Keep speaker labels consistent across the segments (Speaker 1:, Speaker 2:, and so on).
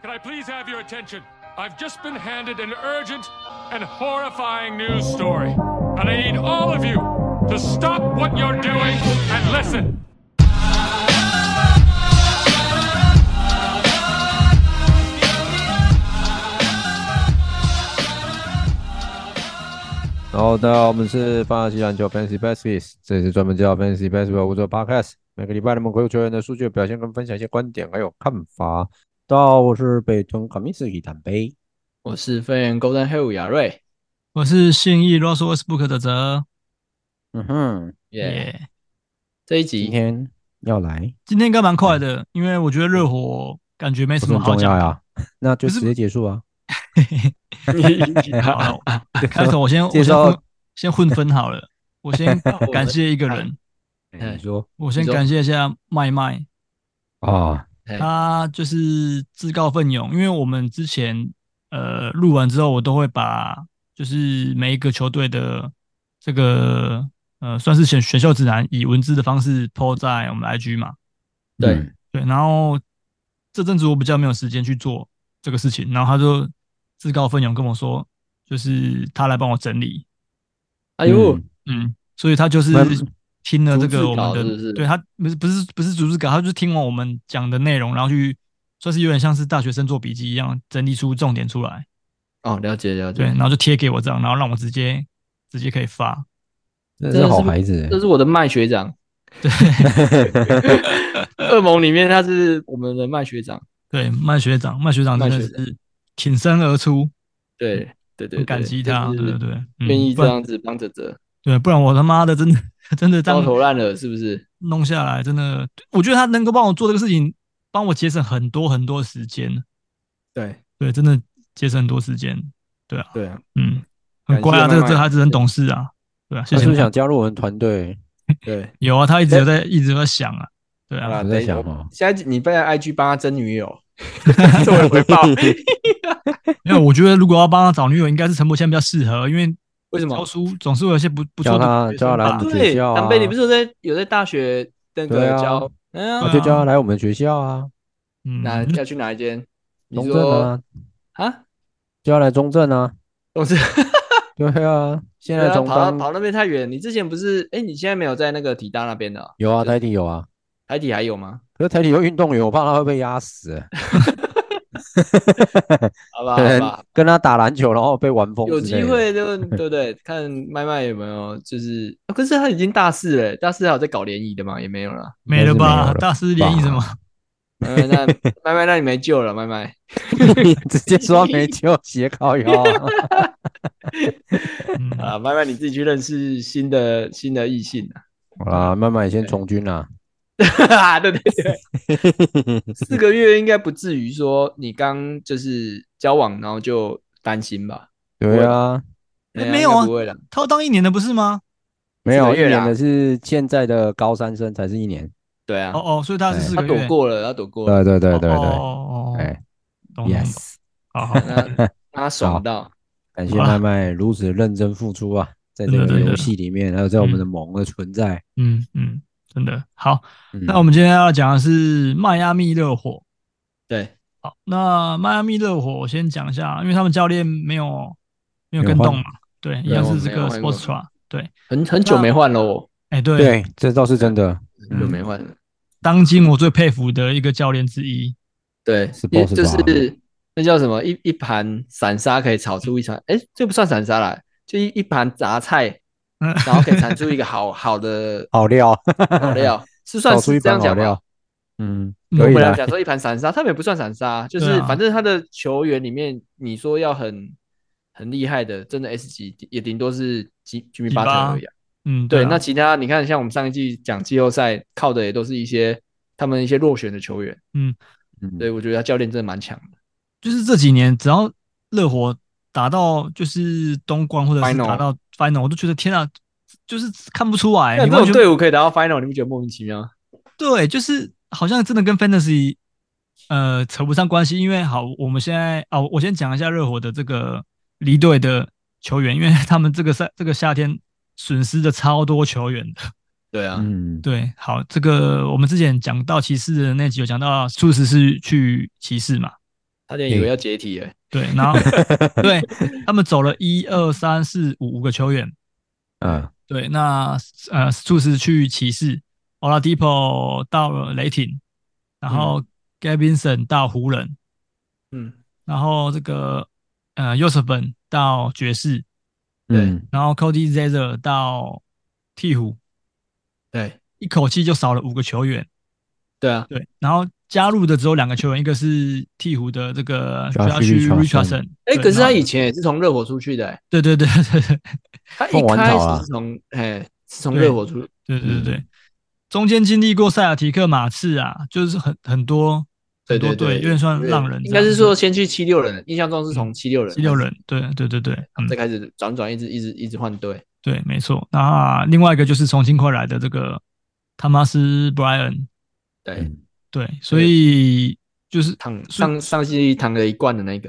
Speaker 1: can I please have your attention? I've just been handed an urgent and horrifying news story. And I need all of you to stop what you're doing and listen.
Speaker 2: 然后大家好，我们是范尔西篮球 Fantasy Baskets，这里是专门介绍 Fantasy Basketball 工作 Podcast。每个礼拜，我们回顾球员的数据的表现跟分享一些观点还有看法。到我是北屯卡米斯基坦杯，
Speaker 3: 我是飞人 Golden Hill 亚瑞，
Speaker 4: 我是信义 Russell Westbrook 的哲，
Speaker 2: 嗯哼，
Speaker 3: 耶、
Speaker 4: 耶、
Speaker 3: 这一
Speaker 2: 今
Speaker 3: 集
Speaker 2: 天要来
Speaker 4: 今天应该蛮快的，因为我觉得热火感觉没
Speaker 2: 嗯
Speaker 4: 什
Speaker 2: 不是
Speaker 4: 么
Speaker 2: 很
Speaker 4: 好
Speaker 2: 重
Speaker 4: 讲
Speaker 2: 要
Speaker 4: 的。
Speaker 2: 呀，那就
Speaker 4: 不是
Speaker 2: 直接结束啊。
Speaker 4: 好 了，我开头我先我
Speaker 2: 介
Speaker 4: 先
Speaker 2: 绍
Speaker 4: 混先混分好 了，我先 感谢一个人，
Speaker 2: 哎你说
Speaker 4: 我先
Speaker 3: 你说
Speaker 4: 感谢一下麦麦，
Speaker 2: 啊，
Speaker 3: 哎
Speaker 4: 他就是自告奋勇，因为我们之前呃录完之后，我都会把就是每一个球队的这个呃算是选选秀指南，以文字的方式 po 在我们的 IG 嘛，
Speaker 3: 对
Speaker 2: 嗯
Speaker 4: 对，然后这阵子我比较没有时间去做这个事情，然后他就自告奋勇跟我说，就是他来帮我整理，
Speaker 3: 哎呦，
Speaker 2: 嗯
Speaker 4: 嗯，所以他就是
Speaker 2: 那
Speaker 4: 听了这
Speaker 3: 逐字
Speaker 4: 个我们
Speaker 3: 稿
Speaker 4: 的，
Speaker 3: 是不是
Speaker 4: 对他不是不是不是逐字稿，他就是听完我们讲的内容，然后去算是有点像是大学生做笔记一样整理出重点出来，
Speaker 3: 哦，了解了解，
Speaker 4: 对，然后就贴给我这样，然后让我直接直接可以发，
Speaker 2: 真
Speaker 3: 这
Speaker 2: 的是好
Speaker 3: 不
Speaker 2: 孩子
Speaker 3: 这是我的麦学长，
Speaker 4: 对
Speaker 3: 恶魔里面他是我们的麦学长，
Speaker 4: 对，麦学长麦学长真的
Speaker 3: 麦学长
Speaker 4: 是挺身而出，
Speaker 3: 对对对对，
Speaker 4: 很嗯感激他，
Speaker 3: 就
Speaker 4: 对
Speaker 3: 是
Speaker 4: 对对，嗯
Speaker 3: 愿意
Speaker 4: 不
Speaker 3: 这
Speaker 4: 然
Speaker 3: 样子帮着这
Speaker 4: 对，不然我他妈的真的 真的这
Speaker 3: 焦
Speaker 4: 样
Speaker 3: 头烂额，是不是？
Speaker 4: 弄下来，真的，我觉得他能够帮我做这个事情，帮我节省很多很多时间。
Speaker 3: 对
Speaker 4: 对，真的节省很多时间。对啊，
Speaker 3: 对啊，
Speaker 4: 嗯，很
Speaker 3: 感谢
Speaker 4: 乖啊，这
Speaker 3: 麦
Speaker 4: 个这个
Speaker 3: 麦
Speaker 4: 孩子很懂事啊。对啊，谢
Speaker 2: 他是
Speaker 4: 谢
Speaker 2: 不是
Speaker 4: 他
Speaker 2: 想。加入我们团队？
Speaker 3: 对，
Speaker 4: 有啊，他一直有在一直有在想啊。对
Speaker 3: 好
Speaker 4: 啊，
Speaker 3: 啦
Speaker 2: 我在
Speaker 3: 等一
Speaker 2: 想
Speaker 3: 下
Speaker 2: 哦
Speaker 3: 下一集你被 IG 帮他争 女友，作为回 报，
Speaker 2: 啊
Speaker 4: 因为我觉得如果要帮他找女友，应该是陈柏谦比较适合，因为
Speaker 3: 为什
Speaker 4: 教
Speaker 3: 么？
Speaker 4: 书总是会有一些不不错
Speaker 2: 叫
Speaker 4: 的
Speaker 2: 他
Speaker 4: 学
Speaker 2: 叫
Speaker 4: 生
Speaker 2: 他来
Speaker 4: 吧
Speaker 2: 我。们
Speaker 3: 对
Speaker 2: 学，校啊
Speaker 3: 南北你不是有在有在大学那
Speaker 2: 对
Speaker 3: 个
Speaker 2: 啊
Speaker 3: 教，
Speaker 4: 对啊
Speaker 2: 我
Speaker 3: 嗯啊，
Speaker 2: 就叫他来我们学校啊，
Speaker 4: 嗯，
Speaker 3: 哪要去哪一间？你
Speaker 2: 中正
Speaker 3: 说
Speaker 2: 啊，
Speaker 3: 啊，
Speaker 2: 叫他来中正啊，
Speaker 3: 我是。
Speaker 2: 对啊，现
Speaker 3: 对
Speaker 2: 在
Speaker 3: 啊
Speaker 2: 中
Speaker 3: 跑到
Speaker 2: 当
Speaker 3: 跑那边太远。你之前不是？哎，你现在没有在那个体大那边的啊、
Speaker 2: 有啊，台体有啊，
Speaker 3: 台体还 有吗？
Speaker 2: 可是台体有运动员，我怕他会被压死。
Speaker 3: 好
Speaker 2: 可
Speaker 3: 吧，好
Speaker 2: 能
Speaker 3: 吧，
Speaker 2: 跟他打篮球，然后被玩疯
Speaker 3: 啊有
Speaker 2: 之
Speaker 3: 机
Speaker 2: 类的。
Speaker 3: 会就对不对？看麦麦有没有，就是、哦可是他已经大四了，大四还有在搞联谊的嘛？也没有啦。
Speaker 4: 没了
Speaker 2: 应该是没
Speaker 4: 吧？
Speaker 2: 有了
Speaker 4: 大师联谊什么？
Speaker 3: 麦 麦那麦麦那你没救了，麦麦。
Speaker 2: 你 直接说没救，斜靠腰。啊
Speaker 4: 嗯，
Speaker 3: 啊，麦麦你自己去认识新的新的异性啊。
Speaker 2: 好啦，慢慢也先从军啦。
Speaker 3: 对对对，四个月应该不至于说你刚就是交往然后就担心吧？
Speaker 2: 对啊，
Speaker 3: 哎呀
Speaker 4: 没有啊
Speaker 3: 应该不会了。
Speaker 4: 他要当一年的不是吗？
Speaker 2: 没有
Speaker 3: 四个
Speaker 2: 一
Speaker 3: 月啦
Speaker 2: 年的是现在的高三生才是一年。
Speaker 3: 对啊，
Speaker 4: 哦哦，所以他是
Speaker 2: 哎
Speaker 4: 四
Speaker 3: 他
Speaker 4: 个
Speaker 3: 躲
Speaker 4: 月。
Speaker 3: 过了，他躲过了。
Speaker 2: 对对对对
Speaker 3: 啊
Speaker 4: 哦
Speaker 2: 对，
Speaker 4: 哦哦，
Speaker 2: 哎
Speaker 4: 懂懂懂
Speaker 2: ，yes，
Speaker 4: 好好。
Speaker 3: 那让他爽到，
Speaker 2: 感谢麦麦如此认真付出啊，在这
Speaker 4: 真的
Speaker 2: 个
Speaker 4: 真的
Speaker 2: 游戏里面，还有在我们的盟的存在。
Speaker 4: 嗯，嗯，真的好。
Speaker 2: 嗯
Speaker 4: 那我们今天要讲的是迈阿密热火。
Speaker 3: 对，
Speaker 4: 好，那迈阿密热火我先讲一下，因为他们教练没有没有
Speaker 2: 没有
Speaker 4: 跟
Speaker 2: 换
Speaker 4: 动嘛，对，一样
Speaker 3: 我
Speaker 4: 是
Speaker 3: 没
Speaker 4: 这
Speaker 3: 有
Speaker 4: 个
Speaker 3: 换过
Speaker 4: Sportstra，对，
Speaker 3: 很很久没换了哦，
Speaker 4: 哎，对，
Speaker 2: 对，这倒是真的，
Speaker 3: 很久没换了。
Speaker 4: 当今我最佩服的一个教练之一，
Speaker 3: 对
Speaker 2: 是，
Speaker 3: 也
Speaker 2: boss
Speaker 3: 就
Speaker 2: 吧
Speaker 3: 是那叫什么一一盘散沙可以炒出一场，哎，这不算散沙啦，就一一盘杂菜，
Speaker 4: 嗯，
Speaker 3: 然 后可以产出一个好 好的
Speaker 2: 好料，
Speaker 3: 好料，是算
Speaker 2: 找出
Speaker 3: 是
Speaker 2: 一
Speaker 3: 这样
Speaker 2: 帮好
Speaker 3: 讲吧
Speaker 2: 料。。嗯，
Speaker 4: 嗯
Speaker 2: 可
Speaker 3: 我
Speaker 2: 以
Speaker 3: 本来
Speaker 2: 啦。
Speaker 3: 想说一盘散沙，他们也不算散沙，就
Speaker 4: 对
Speaker 3: 是
Speaker 4: 啊
Speaker 3: 反正他的球员里面，你说要很很厉害的，真的 S 级也顶多是吉吉米
Speaker 4: 吉
Speaker 3: 巴特
Speaker 4: 巴
Speaker 3: 而已啊。
Speaker 4: 嗯，
Speaker 3: 对，
Speaker 4: 啊
Speaker 3: 那其他你看，像我们上一季讲季后赛，靠的也都是一些他们一些落选的球员。
Speaker 4: 嗯，
Speaker 2: 嗯
Speaker 3: 对我觉得他教练真的蛮强的。
Speaker 4: 就是这几年只要热火打到就是东冠或者是
Speaker 3: Final
Speaker 4: 打到 final，我都觉得天啊，就是看不出来，
Speaker 3: 那
Speaker 4: 哎你
Speaker 3: 这
Speaker 4: 完
Speaker 3: 种
Speaker 4: 全
Speaker 3: 队伍可以达到 final，你不觉得莫名其妙吗？
Speaker 4: 对，就是好像真的跟 fantasy 呃扯不上关系，因为好，我们现在啊，我先讲一下热火的这个离队的球员，因为他们这个赛这个夏天损失了超多球员的。
Speaker 3: 对啊，
Speaker 2: 嗯，
Speaker 4: 对，好，这个我们之前讲到骑士的那集有讲到，素食是去骑士嘛，
Speaker 3: 差点以为要解体了。欸
Speaker 4: 对，然后对他们走了一二三四五五个球员，
Speaker 2: 啊，
Speaker 4: 对，那呃，素食去骑士 o l a d i p o 到了雷霆，然后
Speaker 2: 嗯
Speaker 4: Gavinson 到湖人，
Speaker 3: 嗯，
Speaker 4: 然后这个呃 y o s e p h n 到爵士，
Speaker 3: 对
Speaker 2: 嗯，
Speaker 4: 然后 Cody z a z e r 到鹈鹕，
Speaker 3: 对
Speaker 4: 一口气就少了五个球员。
Speaker 3: 对啊，
Speaker 4: 对，然后加入的只有两个球员，一个是鹈鹕的这个
Speaker 2: Josh
Speaker 4: Josh
Speaker 2: Richardson
Speaker 4: Richardson，
Speaker 3: 哎，
Speaker 4: 对
Speaker 3: 可是
Speaker 4: 然
Speaker 3: 他
Speaker 4: 后
Speaker 3: 以前也是从热火出去的欸，
Speaker 4: 对对对对对
Speaker 3: 他
Speaker 2: 凤
Speaker 3: 一
Speaker 2: 凰
Speaker 3: 开
Speaker 2: 岛啊
Speaker 3: 始是从哎是从
Speaker 4: 对
Speaker 3: 热火出去，
Speaker 4: 对对对
Speaker 2: 嗯，
Speaker 4: 中间经历过塞尔提克、马刺啊，就是很很多
Speaker 3: 对
Speaker 4: 很多
Speaker 3: 对
Speaker 4: 队，有点算
Speaker 3: 对
Speaker 4: 让人
Speaker 3: 应
Speaker 4: 这
Speaker 3: 该
Speaker 4: 样
Speaker 3: 是
Speaker 4: 子
Speaker 3: 说先去七六人，印象中是
Speaker 4: 嗯
Speaker 3: 从七六人
Speaker 4: 七六人，对对对对，嗯
Speaker 3: 再，开始转转，一直一直一直换队。
Speaker 4: 对，没错。那另外一个就是从金块来的这个汤马斯·布莱恩，
Speaker 3: 对，
Speaker 2: 嗯
Speaker 4: 对，所以就是
Speaker 3: 躺
Speaker 4: 是
Speaker 3: 上上星期躺了一罐的那 个，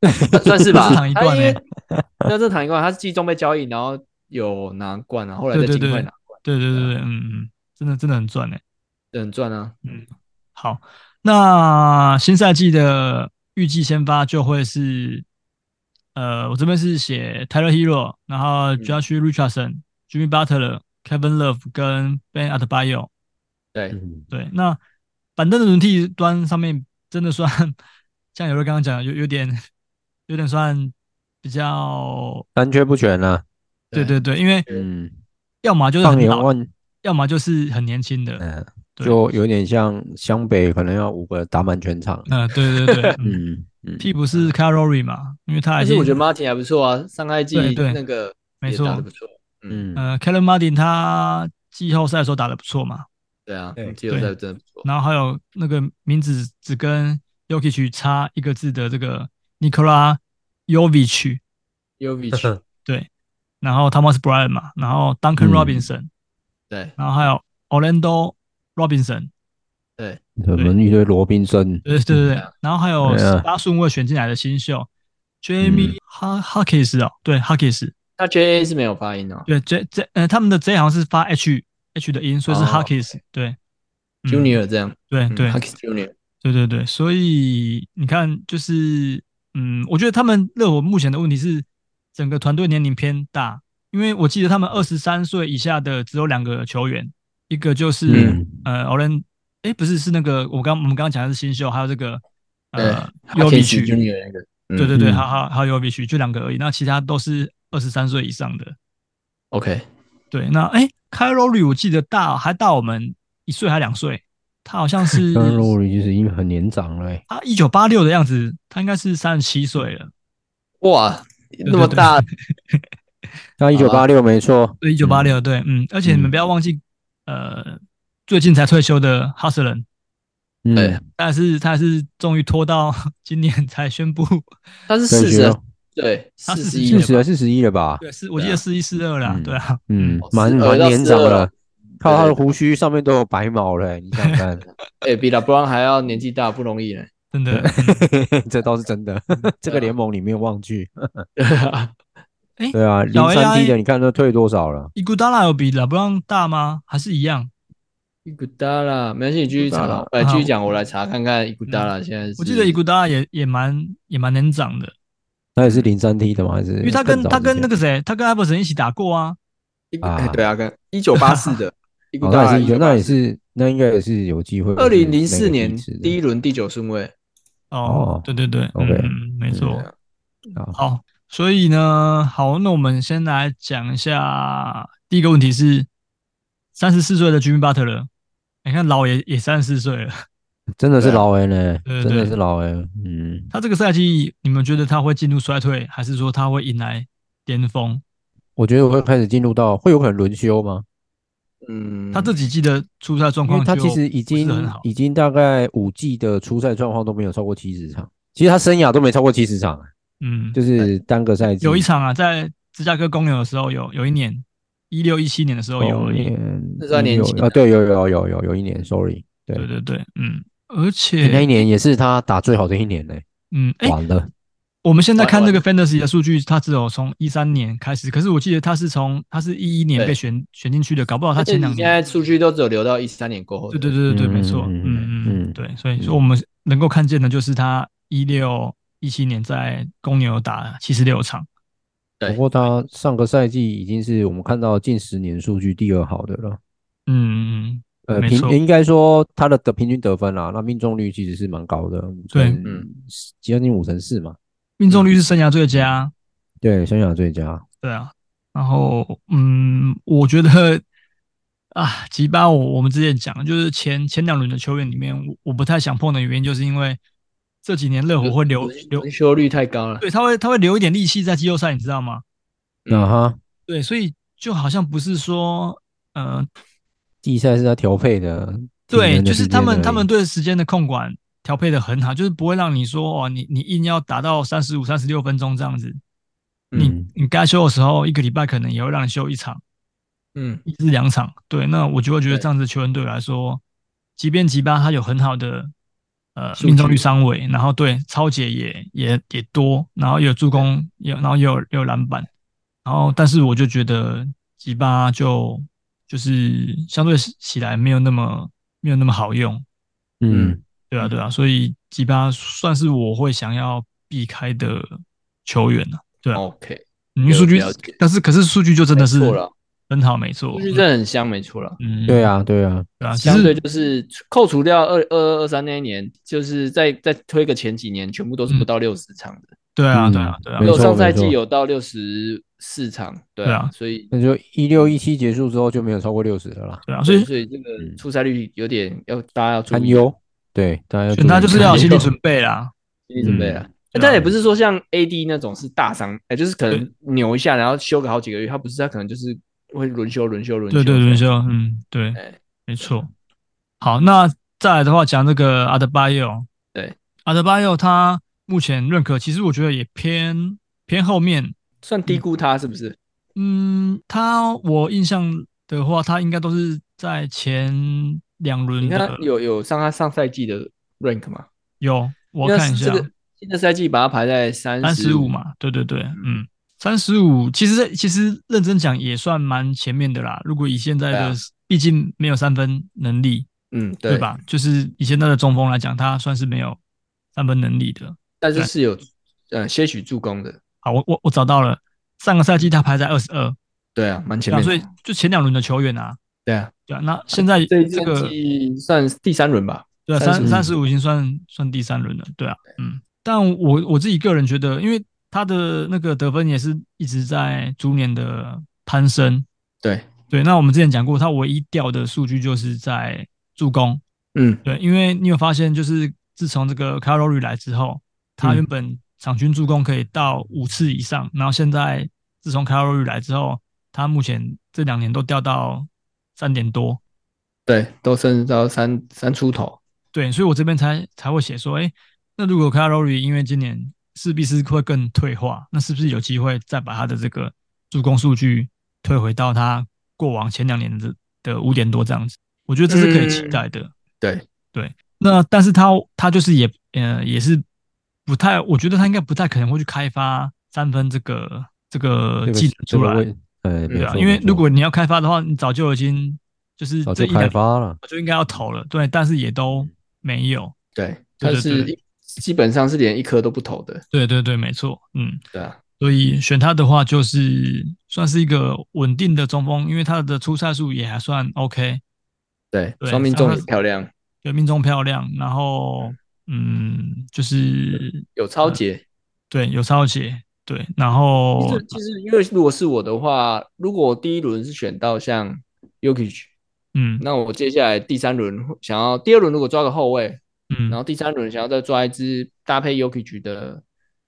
Speaker 3: 算算是吧
Speaker 4: 是躺一罐
Speaker 3: 他因
Speaker 4: 欸
Speaker 3: 为 那这躺一罐，他是季中被交易，然后有拿冠啊，后来
Speaker 4: 对
Speaker 3: 在
Speaker 4: 对
Speaker 3: 金
Speaker 4: 对
Speaker 3: 块拿冠，
Speaker 4: 对对对对，嗯嗯，真的真的很赚哎。
Speaker 3: 这很赚啊。
Speaker 4: 好，那新赛季的预计先发就会是，呃，我这边是写 Tyler Hero，然后 Josh Richardson、Jimmy Butler、Kevin Love 跟 Ben Atbio。
Speaker 3: 对，
Speaker 2: 嗯
Speaker 4: 对，那板凳的轮替端上面真的算，像有位刚刚讲的，有有点有点算比较，
Speaker 2: 三缺不全啊，
Speaker 4: 对对对，因为
Speaker 2: 嗯，
Speaker 4: 要么就是
Speaker 2: 放
Speaker 4: 很
Speaker 2: 眼
Speaker 4: 老，
Speaker 2: 望，
Speaker 4: 要么就是很年轻的。
Speaker 2: 嗯，
Speaker 4: 对
Speaker 2: 就有点像湘北可能要五个打满全场，
Speaker 4: 嗯、对对对，嗯
Speaker 2: 嗯嗯，
Speaker 4: 替补是 c a r o r y 嘛，因为他已
Speaker 3: 但
Speaker 4: 经
Speaker 3: 是我觉得 Martin 还不错啊，上赛季
Speaker 4: 对对
Speaker 3: 那个
Speaker 4: 没
Speaker 3: 也
Speaker 4: 错
Speaker 3: 打得不错。嗯，
Speaker 2: 嗯
Speaker 4: 呃 k e l l e n Martin 他季后赛的时候打得不错嘛，
Speaker 3: 对啊
Speaker 2: 对，
Speaker 3: 季后赛真的不错。
Speaker 4: 然后还有那个名字只跟 Yokich 差一个字的这个 Nikola Jovic，
Speaker 3: u v i
Speaker 4: 对，然后 Thomas Bryant 嘛，然后 Duncan
Speaker 2: 嗯
Speaker 4: Robinson，、
Speaker 3: 对
Speaker 4: 然后还有 Orlando Robinson，
Speaker 3: 对，
Speaker 2: 我们一堆罗宾森，
Speaker 4: 对对对对
Speaker 3: 嗯，
Speaker 4: 然后还有
Speaker 2: 对啊
Speaker 4: 十八顺位选进来的新秀 Jamie
Speaker 3: 嗯
Speaker 4: Ha Hawkins 哦，对 Hawkins，
Speaker 3: 他 JA 是没有发音哦
Speaker 4: 对 J J 呃他们的 J 好像是发 H H 的音，所以是
Speaker 3: 哦
Speaker 4: Hawkins，、对、嗯
Speaker 3: ，Junior 这样。
Speaker 4: 对
Speaker 3: 嗯
Speaker 4: 对、
Speaker 3: ，Huckins Junior。
Speaker 4: 对对对，所以你看，就是嗯，我觉得他们热火目前的问题是整个团队年龄偏大，因为我记得他们二十三岁以下的只有两个球员，一个就是、
Speaker 2: 嗯
Speaker 4: 呃 o r e n 哎不是是那个我刚我们刚刚讲的是新秀，还有这个
Speaker 3: 对
Speaker 4: 呃
Speaker 3: h
Speaker 4: u
Speaker 3: u
Speaker 4: b
Speaker 3: c
Speaker 4: i
Speaker 3: k
Speaker 4: c
Speaker 3: Junior 那个。嗯
Speaker 4: 对对对，
Speaker 2: 嗯
Speaker 4: 还还还有 u b i c 就两个而已，那其他都是二十三岁以上的。
Speaker 3: OK，
Speaker 4: 对，那哎 k y r o r y 我记得大还大我们一岁还两岁，他好像是
Speaker 2: 当然罗里就是因为很年长了欸，
Speaker 4: 他一九八六的样子，他应该是三十七岁了。
Speaker 3: 哇，那么大，
Speaker 2: 他一九八六没错，
Speaker 4: 对，一九八六，对，嗯，而且你们不要忘记，呃，最近才退休的哈斯人，
Speaker 2: 嗯
Speaker 3: 对，
Speaker 4: 但是他是终于拖到 今年才宣布，
Speaker 3: 他是四
Speaker 2: 退
Speaker 3: 十
Speaker 2: 休，
Speaker 3: 对，
Speaker 4: 他
Speaker 3: 四十
Speaker 4: 41
Speaker 3: 一
Speaker 2: 四
Speaker 4: 了吧
Speaker 3: 了
Speaker 2: 十了，四十一了吧？
Speaker 4: 对，是我记得
Speaker 3: 对啊
Speaker 4: 四一四二啦，
Speaker 2: 嗯
Speaker 4: 对啊，
Speaker 2: 嗯
Speaker 3: 哦，
Speaker 2: 蛮
Speaker 3: 12
Speaker 2: 蛮
Speaker 3: 到
Speaker 2: 年长
Speaker 3: 12
Speaker 2: 了，靠他的
Speaker 3: 对对
Speaker 2: 胡须上面都有白毛了欸，你想想
Speaker 3: 哎、比拉布朗还要年纪大，不容易呢。
Speaker 4: 真的。嗯
Speaker 2: 看，这倒是真的， 这个联盟里面忘记，对啊，零
Speaker 4: 小 AI
Speaker 2: 三 D 的你看都退多少了？
Speaker 4: 伊古达拉有比拉布朗大吗？还是一样？
Speaker 3: 伊古达拉，没关系，你继续查啦
Speaker 2: Iguodala，，
Speaker 3: 哎，
Speaker 4: 啊
Speaker 3: 继续讲，我来查看看伊古达拉现在是。
Speaker 4: 我记得伊古达拉也也蛮也蛮能长的，
Speaker 2: 他也是零三 T 的吗？还是
Speaker 4: 因为他
Speaker 2: 更
Speaker 4: 跟
Speaker 2: 早
Speaker 4: 他
Speaker 2: 之
Speaker 4: 跟
Speaker 2: 前
Speaker 4: 那个谁，他跟艾伯森一起打过啊。
Speaker 3: 伊古
Speaker 2: 啊
Speaker 3: 哎对啊，跟一九八四 的伊古
Speaker 2: 哦，
Speaker 3: 达
Speaker 2: 那
Speaker 3: 拉
Speaker 2: 也是有，那也
Speaker 3: 1984
Speaker 2: 是，那应该也是有机会。
Speaker 3: 二零零四年第
Speaker 2: 第
Speaker 3: 一轮第九顺位。
Speaker 4: 哦
Speaker 2: 哦，
Speaker 4: 对对对嗯
Speaker 2: OK
Speaker 4: 嗯没错
Speaker 3: 对。啊
Speaker 2: 啊，
Speaker 4: 好，所以呢，好，那我们先来讲一下第一个问题是三十四岁的 Jimmy Butler，你看老也也三十四岁了，
Speaker 2: 真的是老 N 呢，
Speaker 4: 对对
Speaker 2: 真的是老 N，嗯，
Speaker 4: 他这个赛季你们觉得他会进入衰退，还是说他会迎来巅峰？
Speaker 2: 我觉得我会开始进入到会有可能轮休吗？
Speaker 3: 嗯，
Speaker 4: 他这几季的出赛状
Speaker 2: 因
Speaker 4: 况，
Speaker 2: 为他其实已
Speaker 4: 不是
Speaker 2: 经
Speaker 4: 很好，
Speaker 2: 已经大概五季的初赛状况都没有超过七十场，其实他生涯都没超过七十场，啊
Speaker 4: 嗯，
Speaker 2: 就是单个赛季
Speaker 4: 有一场啊，在芝加哥公牛的时候有有一年，一六一七年的时候有
Speaker 2: 有
Speaker 4: 一，
Speaker 2: 年，
Speaker 3: 那时候年轻
Speaker 2: 啊，对，有有有有有一年，sorry，对
Speaker 4: 对，对对，嗯，而
Speaker 2: 那一
Speaker 4: 且
Speaker 2: 年也是他打最好的一年呢，
Speaker 4: 嗯，哎，
Speaker 2: 完了，
Speaker 4: 我们现在看这
Speaker 3: 完
Speaker 4: 个 fantasy 的数据，它只有从一三年开始，可是我记得它是从它是一一年
Speaker 3: 对
Speaker 4: 被选选进去的，搞不好它
Speaker 3: 而且
Speaker 4: 前两
Speaker 3: 你现
Speaker 4: 年，
Speaker 3: 在数据都只有留到一三年过后
Speaker 4: 对对
Speaker 3: 的。
Speaker 4: 对对对，
Speaker 2: 嗯
Speaker 4: 没错，嗯
Speaker 2: 嗯嗯
Speaker 4: 嗯
Speaker 2: 嗯
Speaker 4: 嗯，对，所以说我们能够看见的就是他一六一七年在公牛打七十六场，
Speaker 3: 对
Speaker 2: 不过他上个赛季已经是我们看到近十年数据第二好的了，
Speaker 4: 嗯嗯，
Speaker 2: 呃，
Speaker 4: 没
Speaker 2: 平
Speaker 4: 错
Speaker 2: 应该说他的得平均得分啦，那命中率其实是蛮高的，五
Speaker 4: 对
Speaker 2: 成
Speaker 3: 嗯，
Speaker 2: 将近五成四嘛，
Speaker 4: 命中率是生涯最佳，
Speaker 3: 嗯
Speaker 2: 对，生涯最佳，
Speaker 4: 对啊，然后嗯，我觉得啊，吉巴我我们之前讲，就是前前两轮的球员里面，我我不太想碰的原因，就是因为这几年热火会留留
Speaker 3: 轮，休率太高 了。
Speaker 4: 对，他会他会留一点力气在季后赛，你知道吗？
Speaker 2: 那
Speaker 4: 嗯
Speaker 2: 哈，
Speaker 4: 对，所以就好像不是说，呃，
Speaker 2: 季赛是他调配的，体
Speaker 4: 对，
Speaker 2: 能的
Speaker 4: 就是
Speaker 2: 时
Speaker 4: 他
Speaker 2: 间
Speaker 4: 们
Speaker 2: 而
Speaker 4: 他们
Speaker 2: 已
Speaker 4: 对时间的控管调配的很好，就是不会让你说哦，你你硬要打到三十五、三十六分钟这样子，你
Speaker 2: 嗯
Speaker 4: 你该休的时候，一个礼拜可能也会让你休一场。
Speaker 3: 嗯，
Speaker 4: 一至两场，对，那我就会觉得
Speaker 3: 对
Speaker 4: 这样子的球员对我来说，即便吉巴他有很好的呃
Speaker 3: 数据
Speaker 4: 命中率三围，然后对超解也也也多，然后也有助攻，也有然后也有也有篮板，然后但是我就觉得吉巴就就是相对起来没有那么没有那么好用，
Speaker 2: 嗯
Speaker 4: 对啊对啊，所以吉巴算是我会想要避开的球员了、对啊，
Speaker 3: OK，
Speaker 4: 你数据
Speaker 3: 了解，
Speaker 4: 但是可是数据就真的是
Speaker 3: 没错了，
Speaker 4: 很好，没错
Speaker 3: 数，据真的很香，没错了。
Speaker 4: 嗯，
Speaker 2: 对啊对啊，
Speaker 4: 对啊，其
Speaker 3: 相
Speaker 4: 实
Speaker 3: 对就是扣除掉二二二二三那一年，就是再再推个前几年，全部都是不到六十场的。
Speaker 4: 对啊，
Speaker 2: 嗯
Speaker 4: 对啊，对啊
Speaker 2: 没，
Speaker 3: 只有
Speaker 2: 错
Speaker 3: 上赛季
Speaker 2: 没错
Speaker 3: 有到六十四场，对
Speaker 4: 对啊
Speaker 3: 所以
Speaker 2: 那就一六一七结束之后就没有超过六十了啦，
Speaker 4: 对啊，所
Speaker 3: 所
Speaker 4: 以
Speaker 3: 以所以这个出赛率有点要大家要注意
Speaker 2: 堪忧，对，大家要
Speaker 4: 所以大家就是要有
Speaker 2: 注意
Speaker 4: 心理 准备啦。
Speaker 3: 心理准备
Speaker 4: 对
Speaker 3: 了。
Speaker 4: 啊
Speaker 3: 但也不是说像 AD 那种是大伤，哎，就是可
Speaker 4: 对
Speaker 3: 能扭一下，然后休个好几个月，他不是他可能就是会轮休、轮休、轮休。
Speaker 4: 对对，轮休，嗯，对
Speaker 3: 哎，
Speaker 4: 没错。好，那再来的话，讲这个阿德巴约哦，
Speaker 3: 对，
Speaker 4: 阿德巴约他目前认可，其实我觉得也偏偏后面。
Speaker 3: 算低估他是不是？
Speaker 4: 嗯，他我印象的话，他应该都是在前两轮
Speaker 3: 你看他
Speaker 4: 嗯的
Speaker 3: 有有上他上赛季的 rank 吗？
Speaker 4: 有，我
Speaker 3: 那
Speaker 4: 看一
Speaker 3: 是
Speaker 4: 下啊
Speaker 3: 这，个新的赛季把他排在三
Speaker 4: 三十五
Speaker 3: 五，
Speaker 4: 嘛，对对对，嗯，三十五，其实其实认真讲也算蛮前面的啦。如果以现在
Speaker 3: 对
Speaker 4: 的
Speaker 3: 啊，
Speaker 4: 毕竟没有三分能力，
Speaker 3: 嗯，
Speaker 4: 对
Speaker 3: 对？
Speaker 4: 吧？就是以现在的中锋来讲，他算是没有三分能力的。
Speaker 3: 但是是有呃些许助攻的，
Speaker 4: 好，我我我找到了，上个赛季他排在二十二，
Speaker 3: 对啊，蛮前
Speaker 4: 对啊，
Speaker 3: 面
Speaker 4: 所
Speaker 3: 的
Speaker 4: 以。就前两轮的球员啊，
Speaker 3: 对啊，
Speaker 4: 对啊，那现在
Speaker 3: 这一
Speaker 4: 这个
Speaker 3: 赛季算第三轮吧。
Speaker 4: 对啊，
Speaker 3: 35
Speaker 4: 三三十五已经算算第三轮了，对啊，嗯，但我我自己个人觉得，因为他的那个得分也是一直在逐年的攀升，
Speaker 3: 对，
Speaker 4: 对，那我们之前讲过，他唯一掉的数据就是在助攻，
Speaker 3: 嗯，
Speaker 4: 对，因为你有发现，就是自从这个 c a r o l y 来之后，他原本场均助攻可以到五次以上，然后现在自从 c a r o l y 来之后，他目前这两年都掉到三点多，
Speaker 3: 对，都升到三三出头。
Speaker 4: 对，所以我这边才才会写说，哎，那如果 c a r o l y 因为今年势必是会更退化，那是不是有机会再把他的这个助攻数据退回到他过往前两年的的五点多这样子？我觉得这是可以期
Speaker 3: 嗯
Speaker 4: 待的。
Speaker 3: 对，
Speaker 4: 那但是他他就是也呃也是不太，我觉得他应该不太可能会去开发三分这个这个
Speaker 2: 这个
Speaker 4: 技能
Speaker 2: 这
Speaker 4: 出
Speaker 2: 个
Speaker 4: 来，
Speaker 2: 位，呃，
Speaker 4: 对
Speaker 2: 没
Speaker 4: 啊，
Speaker 2: 错
Speaker 4: 因为
Speaker 2: 没错
Speaker 4: 如果你要开发的话，你早就已经就是
Speaker 2: 早
Speaker 4: 这
Speaker 2: 就
Speaker 4: 一两
Speaker 2: 开发了，
Speaker 4: 就应该要投了，对，但是也都没有，
Speaker 3: 对，
Speaker 4: 对
Speaker 3: 他
Speaker 4: 对
Speaker 3: 是
Speaker 4: 对
Speaker 3: 一基本上是连一颗都不投的。
Speaker 4: 对对对，没错，嗯，
Speaker 3: 对啊，
Speaker 4: 所以选他的话就是算是一个稳定的中锋，因为他的出赛数也还算 OK，
Speaker 3: 对，
Speaker 4: 对
Speaker 3: 双命中
Speaker 4: 上
Speaker 3: 也
Speaker 4: 半
Speaker 3: 漂亮，
Speaker 4: 对，命中漂亮，然后嗯，就是
Speaker 3: 有超节。
Speaker 4: 对有超解，对，然后
Speaker 3: 其实其实因为如果是我的话，如果我第一轮是选到像 Yokich，
Speaker 4: 嗯
Speaker 3: 那我接下来第三轮想要第二轮如果抓个后卫，
Speaker 4: 嗯，
Speaker 3: 然后第三轮想要再抓一支搭配 Yokich 的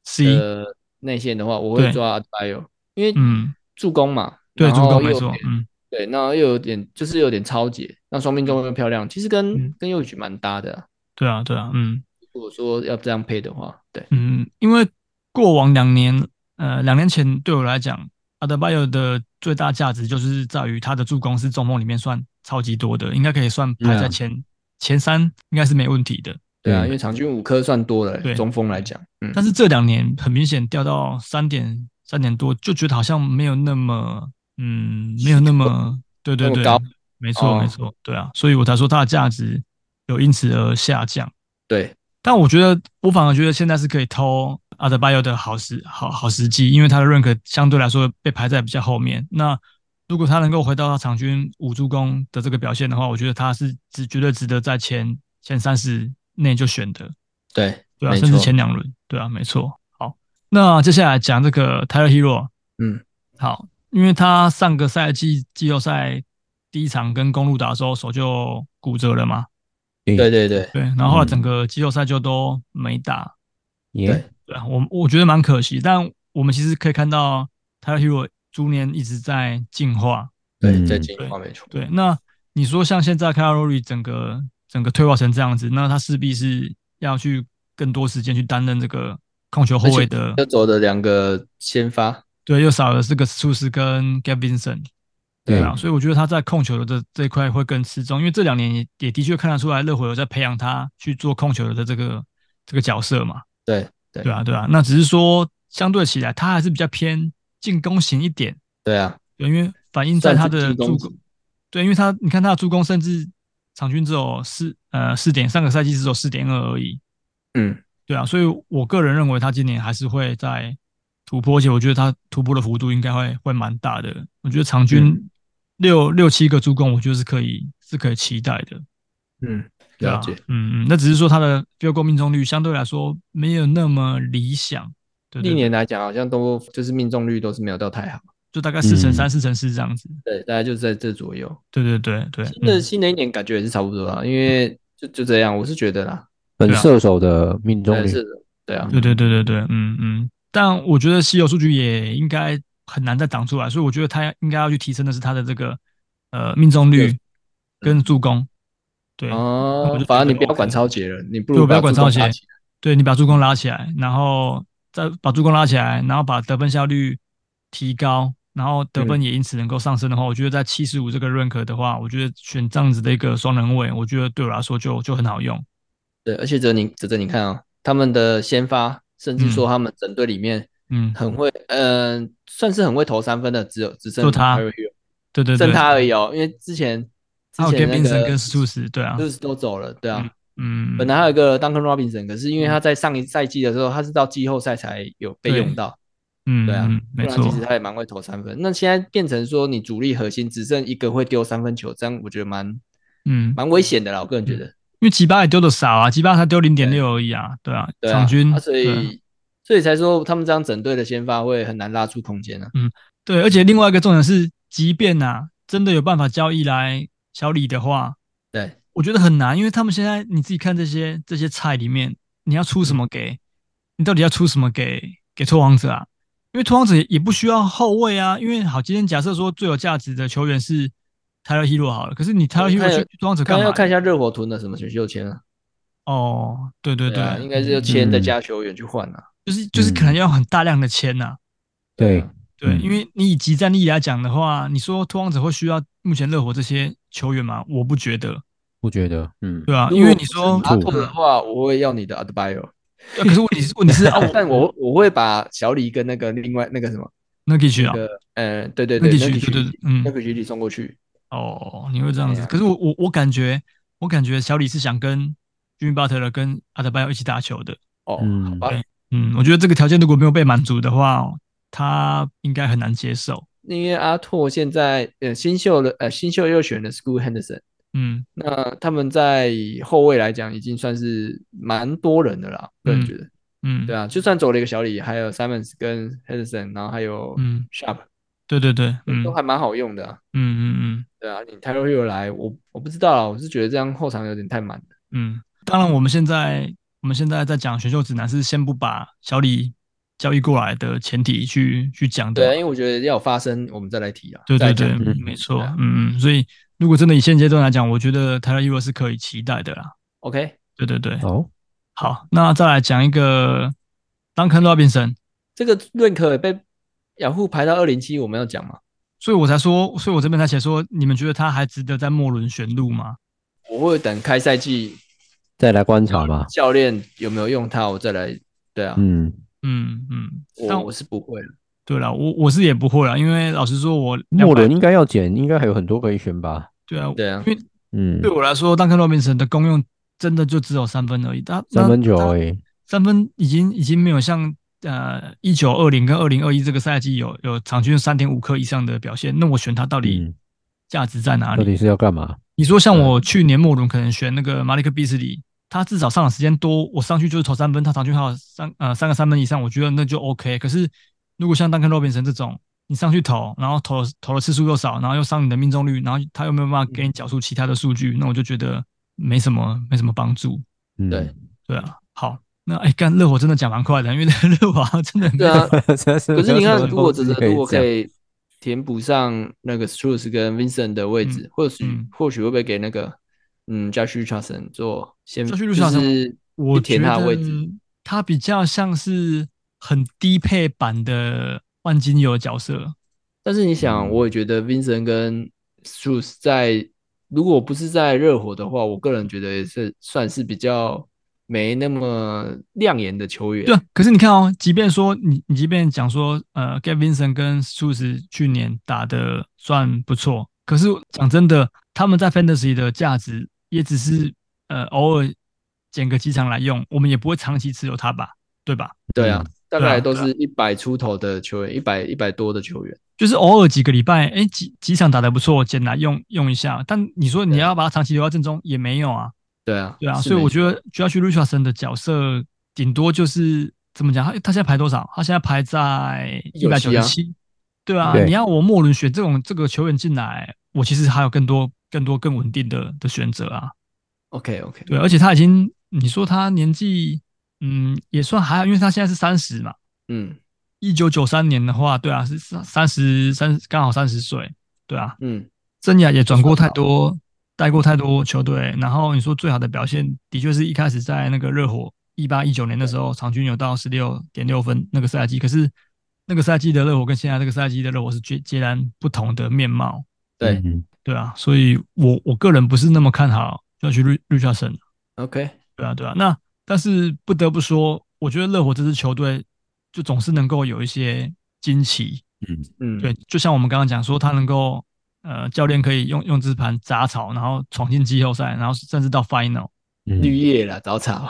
Speaker 4: C
Speaker 3: 的内线的话，我
Speaker 4: 对
Speaker 3: 会抓 Adbio，因为
Speaker 4: 嗯，
Speaker 3: 助攻嘛，
Speaker 4: 对，
Speaker 3: 然
Speaker 4: 助
Speaker 3: 后
Speaker 4: 攻没
Speaker 3: 又有
Speaker 4: 错，
Speaker 3: 点
Speaker 4: 嗯，
Speaker 3: 对，那又有点就是有点超解，那双命中又漂亮，其实跟、
Speaker 4: 嗯
Speaker 3: 跟 Yokich 蛮搭的啊、
Speaker 4: 对啊，对啊，嗯，
Speaker 3: 如果说要这样配的话，对，
Speaker 4: 嗯，因为过往两年，呃，两年前对我来讲，阿德巴约的最大价值就是在于他的助攻是中锋里面算超级多的，应该可以算排在
Speaker 2: 嗯
Speaker 4: 前、前三，应该是没问题的。
Speaker 3: 对啊，
Speaker 2: 对
Speaker 3: 因为场均五颗算多了
Speaker 4: 嗯对，
Speaker 3: 中锋来讲，嗯，
Speaker 4: 但是这两年很明显掉到三点三点多，就觉得好像没有那么，嗯，没有那么，对对
Speaker 3: 那么
Speaker 4: 对
Speaker 3: 高，
Speaker 4: 没错
Speaker 3: 哦
Speaker 4: 没错，对啊，所以我才说它的价值有因此而下降。
Speaker 3: 对，
Speaker 4: 但我觉得，我反而觉得现在是可以偷阿德巴约的好时好好时机，因为他的 rank 相对来说被排在比较后面。那如果他能够回到他场均五助攻的这个表现的话，我觉得他是值绝对值得在前前三十内就选的，
Speaker 3: 对，
Speaker 4: 对啊，
Speaker 3: 没
Speaker 4: 甚至
Speaker 3: 错
Speaker 4: 前两轮，对啊，没错。好，那接下来讲这个 Tyler Hero，
Speaker 3: 嗯，
Speaker 4: 好，因为他上个赛季季后赛第一场跟公路打的时候手就骨折了嘛，
Speaker 3: 对对对
Speaker 4: 对，然后后来
Speaker 3: 嗯
Speaker 4: 整个季后赛就都没打，
Speaker 2: 耶
Speaker 3: 对，
Speaker 4: 对啊，我我觉得蛮可惜，但我们其实可以看到 Tyler Hero 逐年一直在进化。
Speaker 3: 对，
Speaker 2: 嗯
Speaker 3: 在进化没错，
Speaker 4: 对，那你说像现在 k a l o r i 整个整个退化成这样子，那他势必是要去更多时间去担任这个控球后卫的，
Speaker 3: 要走的两个先发，
Speaker 4: 对，又少了这个苏斯跟 Gavinson，对啊，
Speaker 2: 嗯
Speaker 4: 所以我觉得他在控球的这这一块会更吃重，因为这两年也也的确看得出来热火有在培养他去做控球的这个这个角色嘛。
Speaker 3: 对对
Speaker 4: 对啊，对啊，那只是说相对起来，他还是比较偏进攻型一点，
Speaker 3: 对啊，
Speaker 4: 对，因为反映在他
Speaker 3: 算是
Speaker 4: 的
Speaker 3: 进攻
Speaker 4: 助
Speaker 3: 型
Speaker 4: 攻，对，因为他你看他的助攻甚至场均只有四呃四点，上个赛季只有四点二而已，
Speaker 3: 嗯，
Speaker 4: 对啊，所以我个人认为他今年还是会在突破，而且我觉得他突破的幅度应该会会蛮大的，我觉得场均
Speaker 3: 嗯
Speaker 4: 六、六七个助攻，我觉得是可以是可以期待的，
Speaker 3: 嗯，
Speaker 4: 对
Speaker 3: 了
Speaker 4: 啊
Speaker 3: 解，，
Speaker 4: 嗯嗯，那只是说他的 field goal 命中率相对来说没有那么理想。对对
Speaker 3: 历
Speaker 4: 对
Speaker 3: 年来讲好像都就是命中率都是没有到太好，
Speaker 4: 就大概四乘
Speaker 2: 嗯
Speaker 4: 三、四乘四这样子。
Speaker 3: 对，大概就在这左右。
Speaker 4: 对对对对，
Speaker 3: 新的
Speaker 4: 嗯
Speaker 3: 新的一年感觉也是差不多啦，因为就就这样，我是觉得啦，
Speaker 2: 本
Speaker 4: 对啊
Speaker 2: 射手的命中
Speaker 3: 对
Speaker 2: 率
Speaker 3: 是的，对啊，
Speaker 4: 对对对对对，嗯嗯。但我觉得稀有数据也应该很难再挡出来，所以我觉得他应该要去提升的是他的这个呃命中率跟助攻。对，我
Speaker 3: 嗯哦
Speaker 4: 就觉，
Speaker 3: 反正
Speaker 4: 得
Speaker 3: 你不要
Speaker 4: OK
Speaker 3: 管超杰了，你不
Speaker 4: 对我
Speaker 3: 如
Speaker 4: 不要
Speaker 3: 把
Speaker 4: 管
Speaker 3: 助攻
Speaker 4: 超
Speaker 3: 打
Speaker 4: 杰
Speaker 3: 起来，
Speaker 4: 对你把助攻拉起来，然后再把助攻拉起来，然后把得分效率提高，然后得
Speaker 3: 嗯
Speaker 4: 分也因此能够上升的话，我觉得在七十五这个 rank 的话，我觉得选这样子的一个双人位，我觉得对我来说就就很好用。
Speaker 3: 对，而且哲你哲哲你看啊、他们的先发，甚至说
Speaker 4: 嗯
Speaker 3: 他们整队里面
Speaker 4: 嗯，
Speaker 3: 很会，嗯、算是很会投三分的，只有只剩
Speaker 4: 就他
Speaker 3: Kyrie Irving
Speaker 4: 对对
Speaker 3: 剩
Speaker 4: 对，
Speaker 3: 他而已哦，因为之前之
Speaker 4: 还有
Speaker 3: 前那
Speaker 4: Gavinson
Speaker 3: 个
Speaker 4: 跟 Strus，对啊，
Speaker 3: 就是都走了，对啊。
Speaker 4: 嗯，
Speaker 3: 本来还有一个 Duncan Robinson，可是因为他在上一赛季的时候，他是到季后赛才有被
Speaker 4: 对
Speaker 3: 用到，
Speaker 4: 嗯，
Speaker 3: 对啊
Speaker 4: 嗯没
Speaker 3: 不然
Speaker 4: 错
Speaker 3: 其，实他也蛮会投三分。那现在变成说你主力核心只剩一个会丢三分球，这样我觉得蛮
Speaker 4: 嗯，
Speaker 3: 蛮危险的啦。我个人觉得，
Speaker 4: 因为吉巴也丢的少啊，吉巴才丢零点六而已啊，对啊，
Speaker 3: 对啊，
Speaker 4: 场均，
Speaker 3: 啊所
Speaker 4: 对
Speaker 3: 以所以才说他们这样整队的先发会很难拉出空间啊。
Speaker 4: 对，而且另外一个重点是，即便啊真的有办法交易来小李的话，
Speaker 3: 对，
Speaker 4: 我觉得很难，因为他们现在你自己看这些这些菜里面，你要出什么给，你到底要出什么给给拓王者啊？因为拓王者也也不需要后卫啊，因为好，今天假设说最有价值的球员是 Tyler Hero 好了，可是你 Tyler
Speaker 3: 看
Speaker 4: Hero 去拓王者干
Speaker 3: 刚刚
Speaker 4: 嘛
Speaker 3: 要？看一下热火囤的什么选秀签啊？
Speaker 4: 哦，对对
Speaker 3: 啊，应该是
Speaker 4: 要
Speaker 3: 要签再
Speaker 2: 嗯
Speaker 3: 加球员去换啊。
Speaker 4: 就是就是可能要很大量的签啊呐、
Speaker 2: 对
Speaker 4: 对，
Speaker 2: 嗯
Speaker 4: 因为你以集战力来讲的话，你说拓荒者会需要目前热火这些球员吗？我不觉得，
Speaker 2: 不觉得？嗯，
Speaker 4: 对啊，
Speaker 3: 如
Speaker 4: 因为
Speaker 3: 果
Speaker 4: 你说，
Speaker 3: 阿
Speaker 2: 很
Speaker 3: 拓的话，我会要你的 Adbio，
Speaker 4: 对可是问题 是问题是啊，我
Speaker 3: 但我我会把小李跟那个另外那个什么，
Speaker 4: 那可以去啊，
Speaker 3: 呃，对对
Speaker 4: 那
Speaker 3: 对，
Speaker 4: 可以
Speaker 3: 那
Speaker 4: 去，
Speaker 3: 个
Speaker 4: 对对，对嗯
Speaker 3: 那，个学弟送过去。
Speaker 4: 哦，你会这样子
Speaker 3: 对，啊
Speaker 4: 可是我我我感觉我感觉小李是想跟 Jimmy Butler 跟阿德巴约一起打球的，
Speaker 3: 哦，好
Speaker 2: 嗯
Speaker 3: 吧，
Speaker 4: 嗯，我觉得这个条件如果没有被满足的话，他应该很难接受，
Speaker 3: 因为阿拓现在呃新秀的呃新秀又选了 School Henderson，
Speaker 4: 嗯
Speaker 3: 那他们在后卫来讲已经算是蛮多人的啦，个人觉得，
Speaker 4: 嗯，
Speaker 3: 对啊，就算走了一个小李，还有 Simons 跟 Henderson，然后还有
Speaker 4: 嗯
Speaker 3: Sharp，、
Speaker 4: 对对对，嗯
Speaker 3: 都还蛮好用的、啊。
Speaker 4: 嗯嗯
Speaker 3: 对啊，你 Tyler Hill 来，我我不知道啦，啊我是觉得这样后场有点太满了。
Speaker 4: 嗯嗯，当然我们现在我们现在在讲选秀指南是先不把小李交易过来的前提去去讲
Speaker 3: 对啊，
Speaker 4: 的
Speaker 3: 因，为我觉得要有发生，我们再来提啊。
Speaker 4: 对
Speaker 3: 再
Speaker 4: 对
Speaker 3: 来讲
Speaker 4: 对
Speaker 2: 嗯，
Speaker 4: 没错
Speaker 3: 对啊，
Speaker 4: 嗯嗯，所以如果真的以现阶段来讲，我觉得 Tyler Hero 是可以期待的啦，
Speaker 3: OK，
Speaker 4: 对对对，
Speaker 2: 哦，
Speaker 4: 好，那再来讲一个 Duncan Robinson，
Speaker 3: 这个 rank 也被雅虎排到二零七，我们要讲吗？
Speaker 4: 所以我才说，所以我这边才写说，你们觉得他还值得在末轮选入吗？
Speaker 3: 我会等开赛季
Speaker 2: 再来观察吧。
Speaker 3: 教练有没有用他，我再来。对啊，
Speaker 2: 嗯，
Speaker 4: 嗯嗯，但
Speaker 3: 我我是不会了。
Speaker 4: 对了，我我是也不会了，因为老实说我，
Speaker 2: 末轮应该要减，应该还有很多可以选吧。
Speaker 4: 对啊，
Speaker 3: 对啊，
Speaker 4: 因为
Speaker 2: 嗯
Speaker 4: 对，我来说，Duncan Robinson 的功用真的就只有三分而已，他
Speaker 2: 三分球
Speaker 4: 他
Speaker 2: 而已。
Speaker 4: 三分已经已经没有像呃一九二零跟二零二一这个赛季有有场均三点五颗以上的表现，那我选他到底
Speaker 2: 嗯，
Speaker 4: 价值在哪
Speaker 2: 到
Speaker 4: 里？
Speaker 2: 底是要干嘛？
Speaker 4: 你说像我去年末轮可能选那个马里克·比斯利，他至少上场时间多，我上去就是投三分，他场均还有三呃三个三分以上，我觉得那就 OK。可是如果像 Duncan Robinson 这种，你上去投，然后投投的次数又少，然后又伤你的命中率，然后他又没有办法给
Speaker 3: 嗯
Speaker 4: 你缴出其他的数据，那我就觉得没什么没什么帮助。
Speaker 2: 嗯，
Speaker 3: 对
Speaker 4: 对啊，好，那哎，干热火真的讲蛮快的，因为 热火好像真的没
Speaker 3: 对
Speaker 4: 有
Speaker 3: 啊。
Speaker 2: 真是没
Speaker 3: 可
Speaker 2: 有什么东西可
Speaker 3: 是你看，
Speaker 4: 啊
Speaker 3: 如果只是如果可
Speaker 2: 以
Speaker 3: 以填补上那个 Struz 跟 Vincent 的位置，
Speaker 4: 嗯
Speaker 3: 或许、
Speaker 4: 嗯
Speaker 3: 或许会不会给那个嗯 Josh Richardson 做先
Speaker 4: Josh
Speaker 3: 就
Speaker 4: Richardson，
Speaker 3: 是
Speaker 4: 我觉
Speaker 3: 去填他的位置。
Speaker 4: 得他比较像是很低配版的万金油的角色，
Speaker 3: 但是你
Speaker 4: 嗯
Speaker 3: 想，我也觉得 Vincent 跟 Struz 在如果不是在热火的话，我个人觉得也是算是比较没那么亮眼的球员。
Speaker 4: 对啊，可是你看哦，即便说你，你即便讲说，呃，Gavin s o n 跟 s u s 去年打的算不错，可是讲真的，他们在 Fantasy 的价值也只是呃偶尔捡个几场来用，我们也不会长期持有他吧，对吧？
Speaker 3: 对啊，大
Speaker 4: 对啊
Speaker 3: 概都
Speaker 4: 对啊
Speaker 3: 是一百出头的球员，一百一百多的球员。
Speaker 4: 就是偶尔几个礼拜，哎、几几场打得不错，捡来用用一下。但你说你
Speaker 3: 对
Speaker 4: 要把它长期留在正中也没有啊，
Speaker 3: 对啊，
Speaker 4: 对啊。
Speaker 3: 是
Speaker 4: 所以
Speaker 3: 没
Speaker 4: 我
Speaker 3: 错
Speaker 4: 觉得 Josh Richardson 的角色顶多就是怎么讲，他他现在排多少？他现在排在一百九
Speaker 3: 197
Speaker 4: 十
Speaker 3: 啊
Speaker 4: 七，对啊。
Speaker 2: 对
Speaker 4: 你要我末轮选这种这个球员进来，我其实还有更多更多更稳定的的选择啊。
Speaker 3: OK OK，
Speaker 4: 对，而且他已经，你说他年纪，嗯，也算还好，因为他现在是三十嘛。
Speaker 3: 嗯
Speaker 4: 一九九三年的话，对啊，是三三十三，刚好三十岁，对啊，
Speaker 3: 嗯。
Speaker 4: 生涯也转过太多，带过太多球队。然后你说最好的表现，的确是一开始在那个热火一八一九年的时候，场均有到十六点六分那个赛季。可是那个赛季的热火跟现在这个赛季的热火是截截然不同的面貌，
Speaker 3: 对
Speaker 2: 嗯
Speaker 4: 对啊。所以我我个人不是那么看好要去绿绿下神，
Speaker 3: OK，
Speaker 4: 对啊对啊。那但是不得不说，我觉得热火这支球队就总是能够有一些惊奇，
Speaker 3: 嗯，
Speaker 4: 对，，就像我们刚刚讲说，他能够呃，教练可以用用这盘杂草，然后闯进季后赛，然后甚至到 final。
Speaker 3: 绿
Speaker 2: 嗯，
Speaker 3: 叶啦，早 草，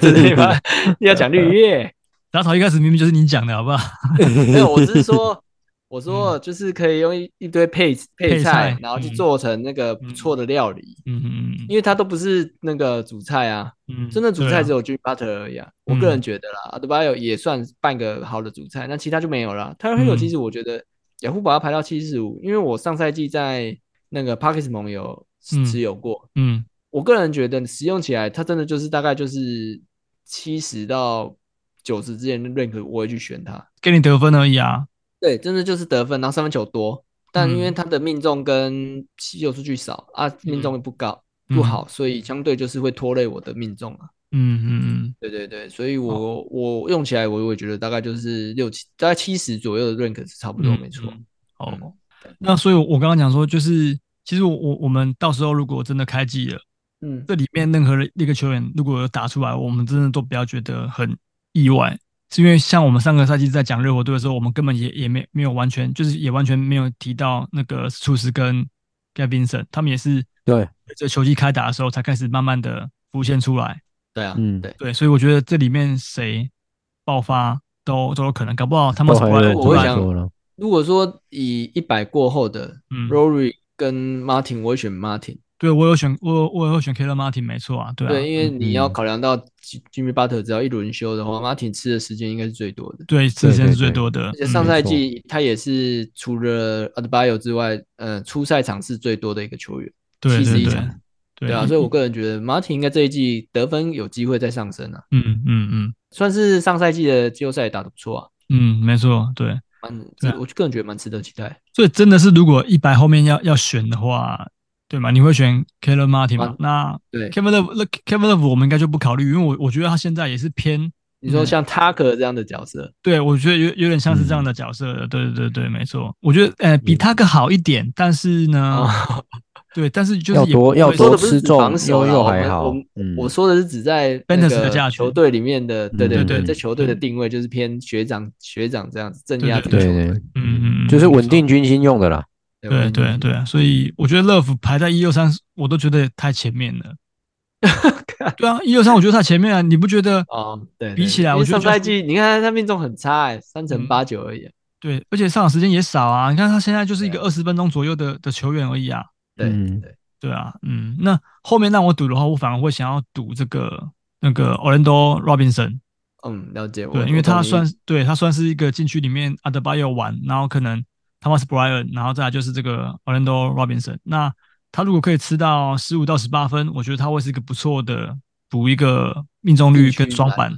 Speaker 3: 真的 你把你要讲绿叶，
Speaker 4: 杂草一开始明明就是你讲的，好不好？
Speaker 3: 没有，我是说，我说就是可以用一一堆配
Speaker 4: 嗯配
Speaker 3: 配菜
Speaker 4: 菜，
Speaker 3: 然后去
Speaker 4: 嗯
Speaker 3: 做成那个不错的料理，
Speaker 4: 嗯嗯
Speaker 3: 因为它都不是那个主菜啊，
Speaker 4: 嗯，
Speaker 3: 真的主
Speaker 4: 对
Speaker 3: 菜
Speaker 4: 啊
Speaker 3: 只有 Jimmy Butler 而已啊。
Speaker 4: 嗯
Speaker 3: 我个人觉得啦，阿德巴约也算半个好的主菜，那其他就没有啦。他 Hero
Speaker 4: 嗯
Speaker 3: 其实我觉得雅虎把它排到七十五，因为我上赛季在那个 Parkes 盟有
Speaker 4: 嗯
Speaker 3: 持有过，
Speaker 4: 嗯
Speaker 3: 我个人觉得使用起来，它真的就是大概就是七十到九十之间的 rank，我会去选它。
Speaker 4: 给你得分而已啊。
Speaker 3: 对，真的就是得分，然后三分球多，但因为
Speaker 4: 嗯
Speaker 3: 它的命中跟稀有数据少啊，命中率不高、
Speaker 4: 嗯
Speaker 3: 不好，所以相对就是会拖累我的命中啊。
Speaker 4: 嗯嗯
Speaker 3: 对对对，所以我、我用起来，我我觉得大概就是六七，大概七十左右的 rank 是差
Speaker 4: 嗯，
Speaker 3: 不多，
Speaker 4: 嗯
Speaker 3: 没错。。
Speaker 4: 嗯哦，
Speaker 3: 对
Speaker 4: 那所以，我刚刚讲说，就是其实我我我们到时候如果真的开季了，
Speaker 3: 嗯，
Speaker 4: 这里面任何的一个球员如果有打出来，我们真的都不要觉得很意外，是因为像我们上个赛季在讲热火队的时候，我们根本也也没没有完全就是也完全没有提到那个厨师跟 Gavinson，他们也是
Speaker 2: 对，
Speaker 4: 这球季开打的时候才开始慢慢的浮现出来。
Speaker 3: 对啊，
Speaker 2: 嗯
Speaker 3: 对。
Speaker 4: 对，所以我觉得这里面谁爆发都都有可能，搞不好他们
Speaker 2: 都还
Speaker 4: 回来
Speaker 2: 有
Speaker 3: 我
Speaker 4: 突
Speaker 3: 会
Speaker 4: 然
Speaker 3: 想
Speaker 2: 说了，
Speaker 3: 如果说以一百过后的
Speaker 4: 嗯
Speaker 3: Rory 跟 Martin，我会选 Martin。
Speaker 4: 对我有选我有我有选 k a l e Martin 没错啊，对啊，
Speaker 3: 对，因为你要
Speaker 2: 嗯
Speaker 3: 考量到 Ji- Jimmy Butler 只要一轮休的话，Martin 吃的时间应该是最多的。
Speaker 4: 对之前是
Speaker 2: 对对
Speaker 4: 最
Speaker 2: 对
Speaker 4: 多的，
Speaker 3: 而且
Speaker 4: 嗯
Speaker 3: 上
Speaker 2: 没
Speaker 3: 赛
Speaker 2: 错
Speaker 3: 季他也是除了 a d b a y o 之外，呃，出赛场次最多的一个球员，
Speaker 4: 对
Speaker 3: 七十
Speaker 4: 对
Speaker 3: 一
Speaker 4: 对
Speaker 3: 场。
Speaker 4: 对嗯
Speaker 3: 对啊，所以我个人觉得 Martin 应该这一季得分有机会再上升啊，
Speaker 4: 嗯嗯嗯
Speaker 3: 算是上赛季的季后赛也打得不错啊，
Speaker 4: 嗯没错，对。
Speaker 3: 蛮
Speaker 4: 对啊，
Speaker 3: 我个人觉得蛮值得期待。
Speaker 4: 所以真的是，如果一百后面要要选的话，对吗？你会选 Kevin
Speaker 2: 啊
Speaker 4: Martin 吗？那
Speaker 3: 对
Speaker 4: Kevin Love，那 Kevin Love 我们应该就不考虑，因为我我觉得他现在也是偏
Speaker 3: 你说
Speaker 4: 嗯
Speaker 3: 像 Tucker 这样的角色，
Speaker 4: 对，我觉得有有点像是这样的角色
Speaker 2: 嗯
Speaker 4: 的，对对对对，没错。我觉得呃比他更好一点，但是呢，
Speaker 3: 哦
Speaker 4: 对，但是就是
Speaker 2: 要
Speaker 4: 也
Speaker 2: 多
Speaker 4: 不
Speaker 2: 要
Speaker 4: 会
Speaker 3: 说
Speaker 2: 多
Speaker 3: 的不是
Speaker 2: 吃
Speaker 3: 指
Speaker 2: 重
Speaker 3: 防
Speaker 2: 又
Speaker 3: 守啦
Speaker 2: 又
Speaker 3: 我
Speaker 2: 还
Speaker 3: 们
Speaker 2: 好
Speaker 3: 我们。
Speaker 2: 嗯，
Speaker 3: 我说的是指在那
Speaker 4: Fantasy 的价
Speaker 3: 个
Speaker 4: 值
Speaker 3: 球队里面的，对
Speaker 2: 嗯
Speaker 4: 对
Speaker 3: 对，
Speaker 4: 对
Speaker 3: 在球队的
Speaker 4: 对
Speaker 3: 定位就是偏学长学长这样子镇
Speaker 4: 对
Speaker 3: 压
Speaker 4: 对
Speaker 3: 这
Speaker 2: 对
Speaker 3: 个球
Speaker 2: 对
Speaker 3: 队，，
Speaker 4: 嗯嗯，嗯
Speaker 2: 就是稳。定军心用的啦。
Speaker 4: 对对，对，所以我觉得乐福排在一六三，我都觉得太前面了。 对啊，一六三我觉得太前面了，你不觉得？
Speaker 3: 哦，对，对
Speaker 4: 比起来
Speaker 3: 因为
Speaker 4: 我觉得
Speaker 3: 上
Speaker 4: 就是嗯
Speaker 3: 赛季你看他命中很差哎，三成八九而已啊，
Speaker 4: 对，而且上场时间也少啊。你看他现在就是一个
Speaker 3: 对
Speaker 4: 二十分钟左右的的球员而已啊。
Speaker 3: 对
Speaker 2: 嗯
Speaker 3: 对，
Speaker 4: 对啊，嗯，那后面让我赌的话，我反而会想要赌这个那个 Orlando Robinson，
Speaker 3: 嗯，了解，我
Speaker 4: 对，因为
Speaker 3: 我懂
Speaker 4: 他
Speaker 3: 你
Speaker 4: 算对他算是一个禁区里面 a d e b a y o 玩，然后可能 Thomas Bryant，然后再来就是这个 Orlando Robinson。那他如果可以吃到十五到十八分，我觉得他会是一个不错的补一个命中率跟双板。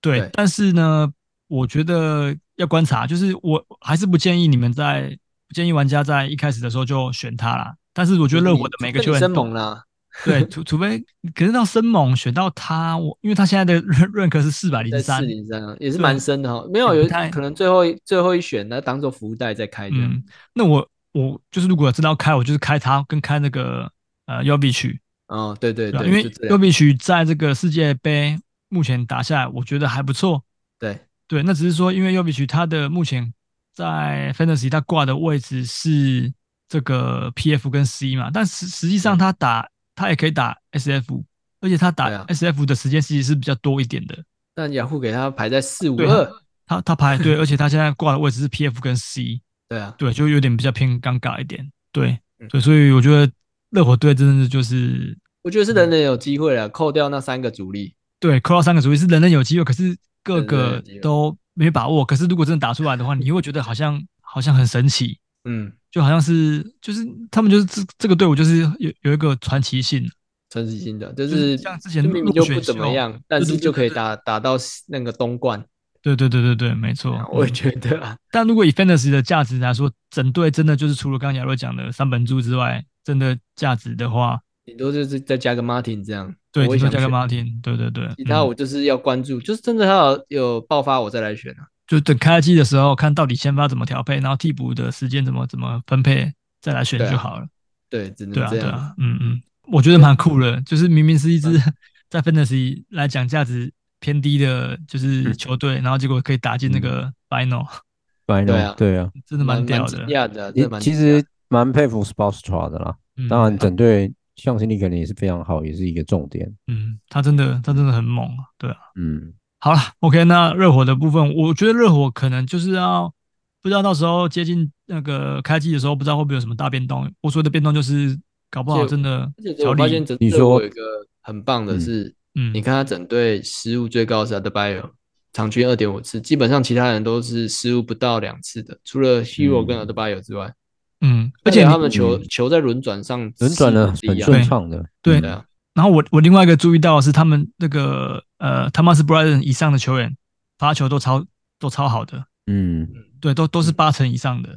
Speaker 4: 对，
Speaker 3: 对
Speaker 4: 但是呢，我觉得要观察，就是我还是不建议你们在不建议玩家在一开始的时候就选他啦。但是我觉得热火的每个球员
Speaker 3: 生
Speaker 4: 都
Speaker 3: 猛啦，
Speaker 4: 对，除除非可是到生猛选到他，我因为他现在的认 认可是四百零
Speaker 3: 在四
Speaker 4: 三，
Speaker 3: 零三啊，也是
Speaker 4: 对
Speaker 3: 蛮深的哈，没有
Speaker 4: 也不
Speaker 3: 有
Speaker 4: 太
Speaker 3: 可能最后一最后一选那当做福袋再开这样，
Speaker 4: 嗯，那我我就是如果真的要开，我就是开他跟开那个呃 y o b i 区，
Speaker 3: 哦，对对
Speaker 4: 对吧？
Speaker 3: 对，
Speaker 4: 因为
Speaker 3: 就这
Speaker 4: y o
Speaker 3: 样
Speaker 4: b i 区在这个世界杯目前打下来，我觉得还不错。
Speaker 3: 对
Speaker 4: 对，那只是说因为 y o b i 区他的目前在 Fantasy 他挂的位置是这个 PF 跟 C 嘛，但实实际上他打他也可以打 SF，而且他打
Speaker 3: 对啊
Speaker 4: SF 的时间其实是比较多一点的。
Speaker 3: 但雅虎给他排在四五
Speaker 4: 对啊
Speaker 3: 二，
Speaker 4: 他他排 对，而且他现在挂的位置是 PF 跟 C，
Speaker 3: 对啊，
Speaker 4: 对，就有点比较偏尴尬一点。对，
Speaker 3: 嗯
Speaker 4: 对，所以我觉得热火队真的是就是
Speaker 3: 我觉得
Speaker 4: 嗯
Speaker 3: 是人人有机会了，啊扣掉那三个主力，
Speaker 4: 对扣到三个主意是人人有机会，可是各
Speaker 3: 人人有
Speaker 4: 个
Speaker 3: 机会
Speaker 4: 都没把握。可是如果真的打出来的话，你会觉得好像好像很神奇，
Speaker 3: 嗯，
Speaker 4: 就好像是就是他们就是这这个队伍就是有有一个传奇性，
Speaker 3: 陈世新的，就
Speaker 4: 就是
Speaker 3: 是
Speaker 4: 像之前
Speaker 3: 就明
Speaker 4: 入
Speaker 3: 明就
Speaker 4: 选
Speaker 3: 不怎么
Speaker 4: 秀
Speaker 3: 样，但
Speaker 4: 对对
Speaker 3: 是
Speaker 4: 对
Speaker 3: 就可以
Speaker 4: 对
Speaker 3: 打打到那个东冠，
Speaker 4: 对对对对对，没错。
Speaker 3: 我
Speaker 4: 嗯
Speaker 3: 也觉得啊，
Speaker 4: 但如果以 fantasy 的价值来说，整队真的就是除了刚刚亚瑞讲的三本柱之外，真的价值的话，
Speaker 3: 顶多就是再加个 Martin 这样，
Speaker 4: 对，
Speaker 3: 我
Speaker 4: 听
Speaker 3: 也
Speaker 4: 说
Speaker 3: 想
Speaker 4: 加个
Speaker 3: 选
Speaker 4: Martin，对对对，
Speaker 3: 其他
Speaker 4: 嗯
Speaker 3: 我就是要关注，就是真的他有有爆发我再来选啊，
Speaker 4: 就等开机的时候看到底先发怎么调配，然后替补的时间怎么怎么分配，再来选
Speaker 3: 对啊
Speaker 4: 就好了。
Speaker 3: 对，只能
Speaker 4: 对啊，
Speaker 3: 这
Speaker 4: 对
Speaker 3: 样，嗯
Speaker 4: 啊，嗯嗯，我觉得蛮酷的，就是明明是一支 在 fantasy 来讲价值偏低的，
Speaker 3: 嗯
Speaker 4: 就是球队，然后结果可以打进那个 final，
Speaker 2: 对
Speaker 3: 对啊
Speaker 2: 对啊，
Speaker 4: 真的
Speaker 3: 嗯蛮
Speaker 4: 屌
Speaker 3: 惊
Speaker 4: 的。
Speaker 3: 讶的啊，真
Speaker 2: 你
Speaker 3: 的蛮
Speaker 2: 其
Speaker 3: 惊讶
Speaker 2: 实蛮佩服 Spolstra 的啦。
Speaker 4: 嗯
Speaker 2: 当然，，整队向心力可能也是非常好，也是一个重点。
Speaker 4: 嗯，他真的他真的很猛啊，对啊。
Speaker 2: 嗯，
Speaker 4: 好了，OK，那热火的部分，我觉得热火可能就是要不知道到时候接近那个开季的时候，不知道会不会有什么大变动。我说的变动就是，搞不好
Speaker 3: 就
Speaker 4: 真的
Speaker 3: 而且
Speaker 4: 小
Speaker 3: 我发现
Speaker 4: 李，
Speaker 3: 整
Speaker 2: 你
Speaker 3: 队
Speaker 2: 说
Speaker 3: 我有一个很棒的
Speaker 2: 嗯
Speaker 3: 是，
Speaker 4: 嗯，
Speaker 3: 你看他整队失误最高是 a d e b a y o 场均二点五次，基本上其他人都是失误不到两次的，除了 Hero 跟 a
Speaker 2: 嗯
Speaker 3: d e b a y o 之外，
Speaker 4: 嗯，而且
Speaker 3: 而
Speaker 4: 你
Speaker 3: 他们的球
Speaker 2: 嗯
Speaker 3: 球在轮转上
Speaker 2: 轮转的
Speaker 3: 是不一
Speaker 2: 很
Speaker 3: 样
Speaker 2: 顺畅的。
Speaker 4: 对
Speaker 3: 对啊，
Speaker 4: 然后我我另外一个注意到的是，他们那个呃，Thomas Bryant 以上的球员发球都超都超好的，
Speaker 2: 嗯，
Speaker 4: 对，都都是八成以上的，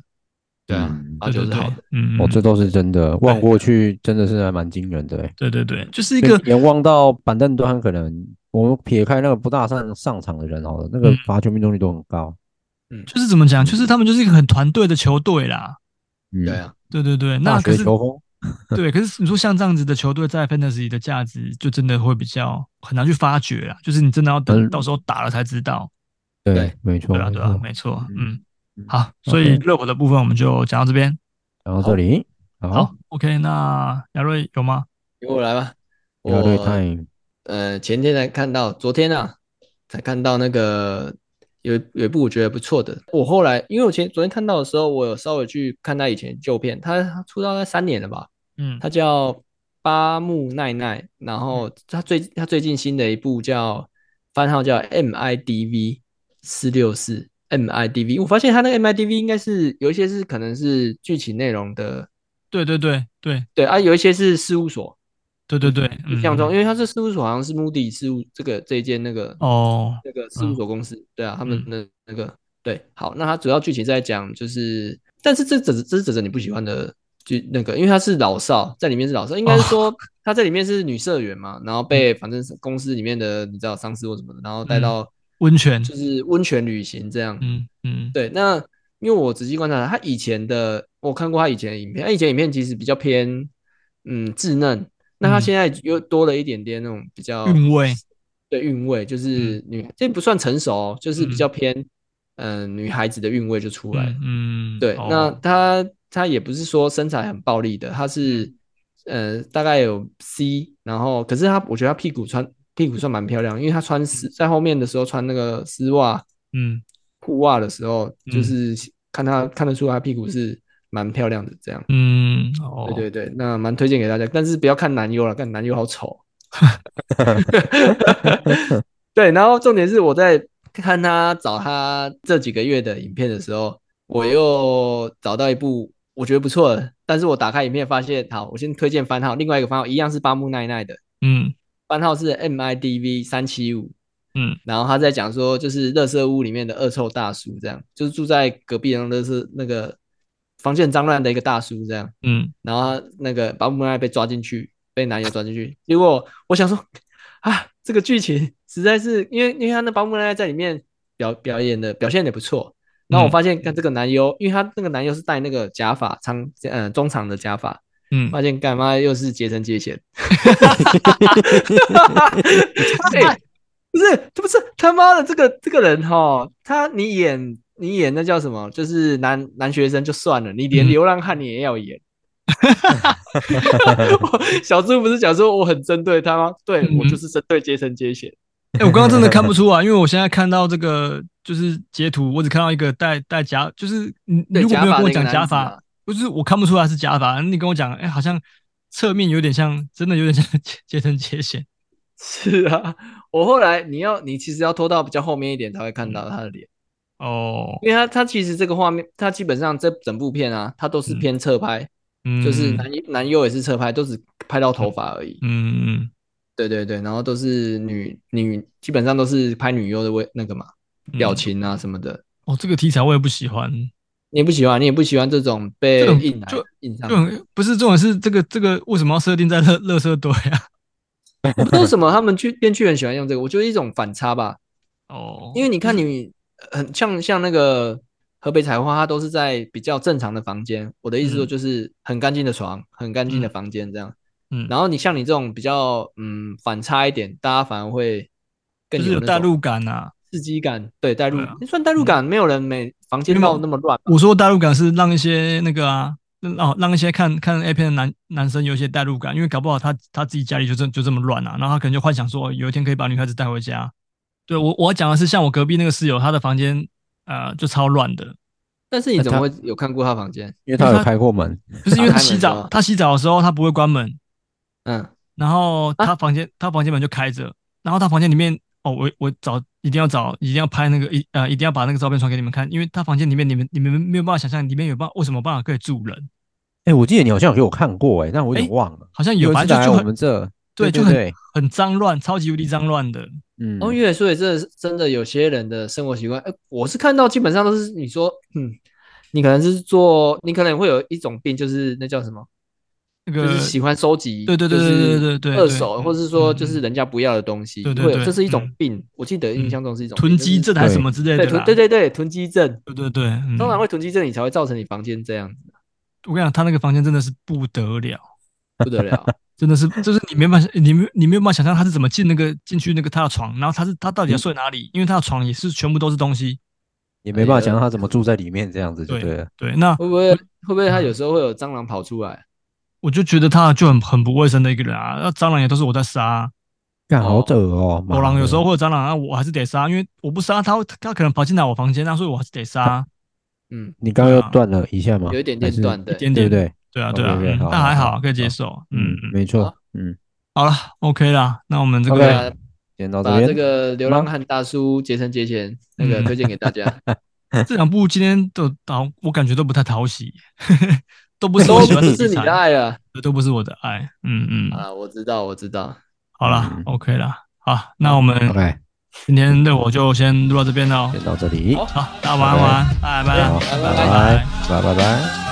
Speaker 3: 对啊
Speaker 2: 嗯，
Speaker 3: 打
Speaker 4: 对
Speaker 3: 球是
Speaker 4: 对
Speaker 3: 好
Speaker 4: 对
Speaker 3: 的，，
Speaker 4: 嗯，
Speaker 2: 哦，这都是真的。望
Speaker 4: 对
Speaker 2: 过去真的是还蛮惊人的欸，
Speaker 4: 对对对，就是一
Speaker 2: 这
Speaker 4: 个
Speaker 2: 连望到板凳端可能，我们撇开那个不大上上场的人好了，那个
Speaker 4: 嗯
Speaker 2: 罚球命中率都很高。
Speaker 4: 就是怎么讲，就是他们就是一个很团队的球队啦，
Speaker 2: 嗯，
Speaker 3: 对，啊，
Speaker 4: 对对对，那
Speaker 2: 大
Speaker 4: 可
Speaker 2: 学
Speaker 4: 是
Speaker 2: 球风。
Speaker 4: 对，可是你说像这样子的球队在 Fantasy 的价值就真的会比较很难去发掘啦，就是你真的要等
Speaker 2: 嗯
Speaker 4: 到时候打了才知道。
Speaker 2: 对
Speaker 3: 对，
Speaker 2: 没错，
Speaker 4: 对啊，对啊，
Speaker 2: 没错
Speaker 4: 没错，嗯
Speaker 2: 嗯，
Speaker 4: 好，所以热火的部分我们就讲到这边。
Speaker 2: 然后这里，
Speaker 4: 好，，OK，那亚瑞有吗？
Speaker 3: 由我来吧，
Speaker 2: 要对
Speaker 3: 我
Speaker 2: time，
Speaker 3: 呃前天才看到，昨天啊才看到那个有一有一部我觉得不错的，我后来因为我前昨天看到的时候，我有稍微去看他以前的旧片，他他出道在三年了吧，
Speaker 4: 嗯
Speaker 3: 他叫八木奈奈，然后他最他最近新的一部叫番号叫 MIDV 四六四 MIDV，我发现他那个 MIDV 应该是有一些是可能是剧情内容的，
Speaker 4: 对对对对
Speaker 3: 对啊，有一些是事务所，
Speaker 4: 对对对，
Speaker 3: 印象中，
Speaker 4: 嗯
Speaker 3: 因为他这事务所好像是 Moody 事务这个这一间那个
Speaker 4: 哦，
Speaker 3: 那个事务
Speaker 4: 嗯
Speaker 3: 所公司，对啊，他
Speaker 4: 嗯
Speaker 3: 们那那个对，好，那它主要剧情在讲就是，但是这这这是整整你不喜欢的剧那个，因为他是老少，在里面是老少，应该是说
Speaker 4: 哦嗯
Speaker 3: 他在里面是女社员嘛，然后被反正是公司里面的你知道上司或什么的，然后带到
Speaker 4: 温泉，
Speaker 3: 就是温泉旅行这样。
Speaker 4: 嗯嗯，
Speaker 3: 对，那因为我仔细观察他，他以前的我看过他以前的影片，他以前影片其实比较偏嗯稚嫩，那他
Speaker 4: 嗯
Speaker 3: 现在又多了一点点那种比较
Speaker 4: 韵味，
Speaker 3: 对韵味，
Speaker 4: 嗯
Speaker 3: 就是女、这不算成熟哦，就是比较偏嗯、呃女孩子的韵味就出来了。
Speaker 4: 嗯，嗯
Speaker 3: 对，
Speaker 4: 哦
Speaker 3: 那他他也不是说身材很暴力的，他是
Speaker 4: 嗯
Speaker 3: 呃大概有 C，然后可是他我觉得他屁股穿屁股算蛮漂亮，因为他穿丝在后面的时候穿那个丝袜
Speaker 4: 嗯
Speaker 3: 裤袜的时候，就
Speaker 4: 嗯
Speaker 3: 是看他看得出他屁股是蛮漂亮的这样。
Speaker 4: 嗯，哦，
Speaker 3: 对对对，那蛮推荐给大家，但是不要看男优了，看男优好 丑。对，然后重点是我在看他找他这几个月的影片的时候，我又找到一部我觉得不错的，但是我打开影片发现，好，我先推荐番号，另外一个番号一样是八木奈奈的，
Speaker 4: 嗯
Speaker 3: 番号是 MIDV 三七五，
Speaker 4: 嗯
Speaker 3: 然后他在讲说，就是乐色屋里面的恶臭大叔这样，就是住在隔壁的乐色那个房间很脏乱的一个大叔这样。
Speaker 4: 嗯
Speaker 3: 然后他那个把木奈被抓进去，被男友抓进去。结果我想说，啊，这个剧情实在是因为因为他那把木奈在里面表表演的表现得不错。然后我发现，看这个男优，因为他那个男优是戴那个假发，长呃中长的假发，
Speaker 4: 嗯，
Speaker 3: 发现干妈又是结成界 限。哎不是，这不是他妈的这个这个人哈，他你演你演那叫什么？就是男男学生就算了，你连
Speaker 4: 嗯
Speaker 3: 流浪汉你也要演。 我小猪不是讲说我很针对他吗？对、
Speaker 4: 嗯
Speaker 3: 我就是针对杰森杰显。
Speaker 4: 哎、我刚刚真的看不出来，因为我现在看到这个就是截图，我只看到一个戴戴假，就是你你
Speaker 3: 对
Speaker 4: 如果没有
Speaker 3: 假发
Speaker 4: 跟我
Speaker 3: 那个
Speaker 4: 讲
Speaker 3: 男
Speaker 4: 假
Speaker 3: 子
Speaker 4: 发
Speaker 3: 啊，
Speaker 4: 就是我看不出来是假发，你跟我讲，哎、好像侧面有点像，真的有点像 杰杰森杰显，
Speaker 3: 是啊，我后来你要你其实要拖到比较后面一点才会看到他的脸，
Speaker 4: 哦，
Speaker 3: 因为他他其实这个画面，他基本上这整部片啊，他都是
Speaker 4: 嗯
Speaker 3: 偏侧拍，
Speaker 4: 嗯，
Speaker 3: 就是男男优也是侧拍，都只拍到头发而已。
Speaker 4: 嗯，嗯
Speaker 3: 对对对，然后都是女女，基本上都是拍女优的位那个嘛，
Speaker 4: 嗯
Speaker 3: 表情啊什么的。
Speaker 4: 哦，这个题材我也不喜欢，
Speaker 3: 你也不喜欢，你也不喜欢这种被
Speaker 4: 这种
Speaker 3: 硬来
Speaker 4: 就
Speaker 3: 硬上
Speaker 4: 这。种嗯不是重点是这个这个为什么要设定在乐乐色堆啊？
Speaker 3: 我不知道为什么他们剧编剧很喜欢用这个，我觉得一种反差吧。
Speaker 4: 哦，
Speaker 3: 因为你看你很像像那个河北彩花，它都是在比较正常的房间。我的意思说
Speaker 4: 嗯
Speaker 3: 就是很干净的床，很干净的
Speaker 4: 嗯
Speaker 3: 房间这样。
Speaker 4: 嗯，
Speaker 3: 然后你像你这种比较嗯反差一点，大家反而会更
Speaker 4: 就是有
Speaker 3: 那
Speaker 4: 代
Speaker 3: 种
Speaker 4: 入感啊。
Speaker 3: 刺激感，对代入、
Speaker 4: 对啊
Speaker 3: 算代入感，没有人每房间
Speaker 4: 因为我
Speaker 3: 闹那么乱吧。
Speaker 4: 我说代入感是让一些那个啊，让让一些看看 A 片的男男生有一些代入感，因为搞不好他他自己家里就这就这么乱啊，然后他可能就幻想说有一天可以把女孩子带回家。对我我要讲的是，像我隔壁那个室友，他的房间呃就超乱的，
Speaker 3: 但是你怎么会有看过他房间？
Speaker 2: 因为他有开过啊门，
Speaker 4: 就是因为
Speaker 3: 打开
Speaker 4: 他
Speaker 3: 门
Speaker 4: 洗
Speaker 3: 是
Speaker 4: 澡
Speaker 3: 吧
Speaker 4: 他洗澡的时候他不会关门，
Speaker 3: 嗯，
Speaker 4: 然后
Speaker 3: 啊
Speaker 4: 他房间、他房间门就开着，然后他房间里面哦，我我找一定要找一定要拍那个一呃一定要把那个照片传给你们看，因为他房间里面你们你们没有办法想象里面有办法为什么办法可以住人，
Speaker 2: 哎、我记得你好像有给我看过、哎，但我有点
Speaker 4: 哎
Speaker 2: 忘了。
Speaker 4: 好像
Speaker 2: 有
Speaker 4: 有
Speaker 2: 一
Speaker 4: 反
Speaker 2: 次
Speaker 4: 正
Speaker 2: 来
Speaker 4: 就
Speaker 2: 我
Speaker 4: 很
Speaker 2: 们这，
Speaker 4: 对，
Speaker 2: 对
Speaker 4: 就很
Speaker 2: 对，
Speaker 4: 很脏乱，超级无敌脏乱的。
Speaker 2: 嗯，
Speaker 3: 哦，越所以这是真的有些人的生活习惯，哎、我是看到基本上都是你说，嗯，你可能是做，你可能会有一种病，就是那叫什么，
Speaker 4: 那
Speaker 3: 就
Speaker 4: 个
Speaker 3: 是喜欢收集，
Speaker 4: 对对对
Speaker 3: 就是
Speaker 4: 对对对对
Speaker 3: 二手，
Speaker 4: 对
Speaker 3: 或是说
Speaker 4: 嗯
Speaker 3: 就是人家不要的东西，
Speaker 4: 对对
Speaker 3: 会有
Speaker 4: 对
Speaker 3: 这是一种
Speaker 4: 嗯
Speaker 3: 病。我记得印象中是一种病
Speaker 4: 囤积，
Speaker 3: 就是
Speaker 4: 症还是什么之类的
Speaker 3: 对
Speaker 4: 啦
Speaker 3: 囤，对对对囤积症，
Speaker 4: 对对对，嗯
Speaker 3: 通常会囤积症，你才会造成你房间这样子，
Speaker 4: 我跟你讲，他那个房间真的是不得了，
Speaker 3: 不得 了。
Speaker 4: 真的是，就是你没办法，你没你没有办法想象他是怎么进那个进去那个他的床，然后他是他
Speaker 3: 嗯
Speaker 4: 到底要睡哪里，因为他的床也是全部都是东西。
Speaker 2: 也没办法想象他怎么住在里面这样子，就对了。
Speaker 4: 哎对，那
Speaker 3: 会不会会不会他有时候会有蟑螂跑出来？
Speaker 4: 我就觉得他就很很不卫生的一个人啊，那蟑螂也都是我在杀啊，
Speaker 2: 干好扯哦，妈
Speaker 4: 狗狼有时候
Speaker 2: 的
Speaker 4: 会有蟑螂啊，我还是得杀，因为我不杀他，他可能跑进来我房间，那所以我还是得杀。
Speaker 3: 嗯，
Speaker 2: 你刚刚
Speaker 4: 对
Speaker 2: 又
Speaker 4: 啊
Speaker 2: 断了一下嘛，
Speaker 3: 有一点
Speaker 2: 还
Speaker 3: 点
Speaker 2: 是
Speaker 3: 断，
Speaker 4: 一
Speaker 3: 对，
Speaker 4: 点点，
Speaker 2: 对不对？
Speaker 4: 对啊，对啊，
Speaker 2: OK，OK，
Speaker 4: 嗯
Speaker 2: 好
Speaker 4: 但还
Speaker 2: 好
Speaker 4: 好可以接
Speaker 2: 好
Speaker 4: 受，嗯
Speaker 2: 嗯，
Speaker 4: 嗯，
Speaker 2: 没错
Speaker 3: 好，
Speaker 2: 嗯，
Speaker 4: 好了，OK 啦，那我们这
Speaker 3: 对
Speaker 4: 个
Speaker 2: OK
Speaker 3: 啊，
Speaker 2: 先到
Speaker 3: 把
Speaker 2: 这
Speaker 3: 这
Speaker 2: 边，
Speaker 3: 个流浪汉大叔节成节前那个
Speaker 4: 嗯
Speaker 3: 推荐给大家，
Speaker 4: 这两部今天都讨，我感觉都不太讨喜，都不是
Speaker 3: 都
Speaker 4: 我喜
Speaker 3: 不
Speaker 4: 欢
Speaker 3: 是
Speaker 4: 题
Speaker 3: 你
Speaker 4: 材
Speaker 3: 的，爱了
Speaker 4: 都不是我的爱。嗯嗯，
Speaker 3: 啊！我知道，我知道，
Speaker 4: 好啦
Speaker 2: 嗯
Speaker 4: o k 啦，好，那我们
Speaker 2: OK，
Speaker 4: 今天的我就先录到这边喽。哦
Speaker 2: 先到这里，
Speaker 3: 好
Speaker 4: 好，大家晚安，晚安，拜拜
Speaker 2: 好，
Speaker 4: 啦，
Speaker 2: 拜拜，拜拜拜。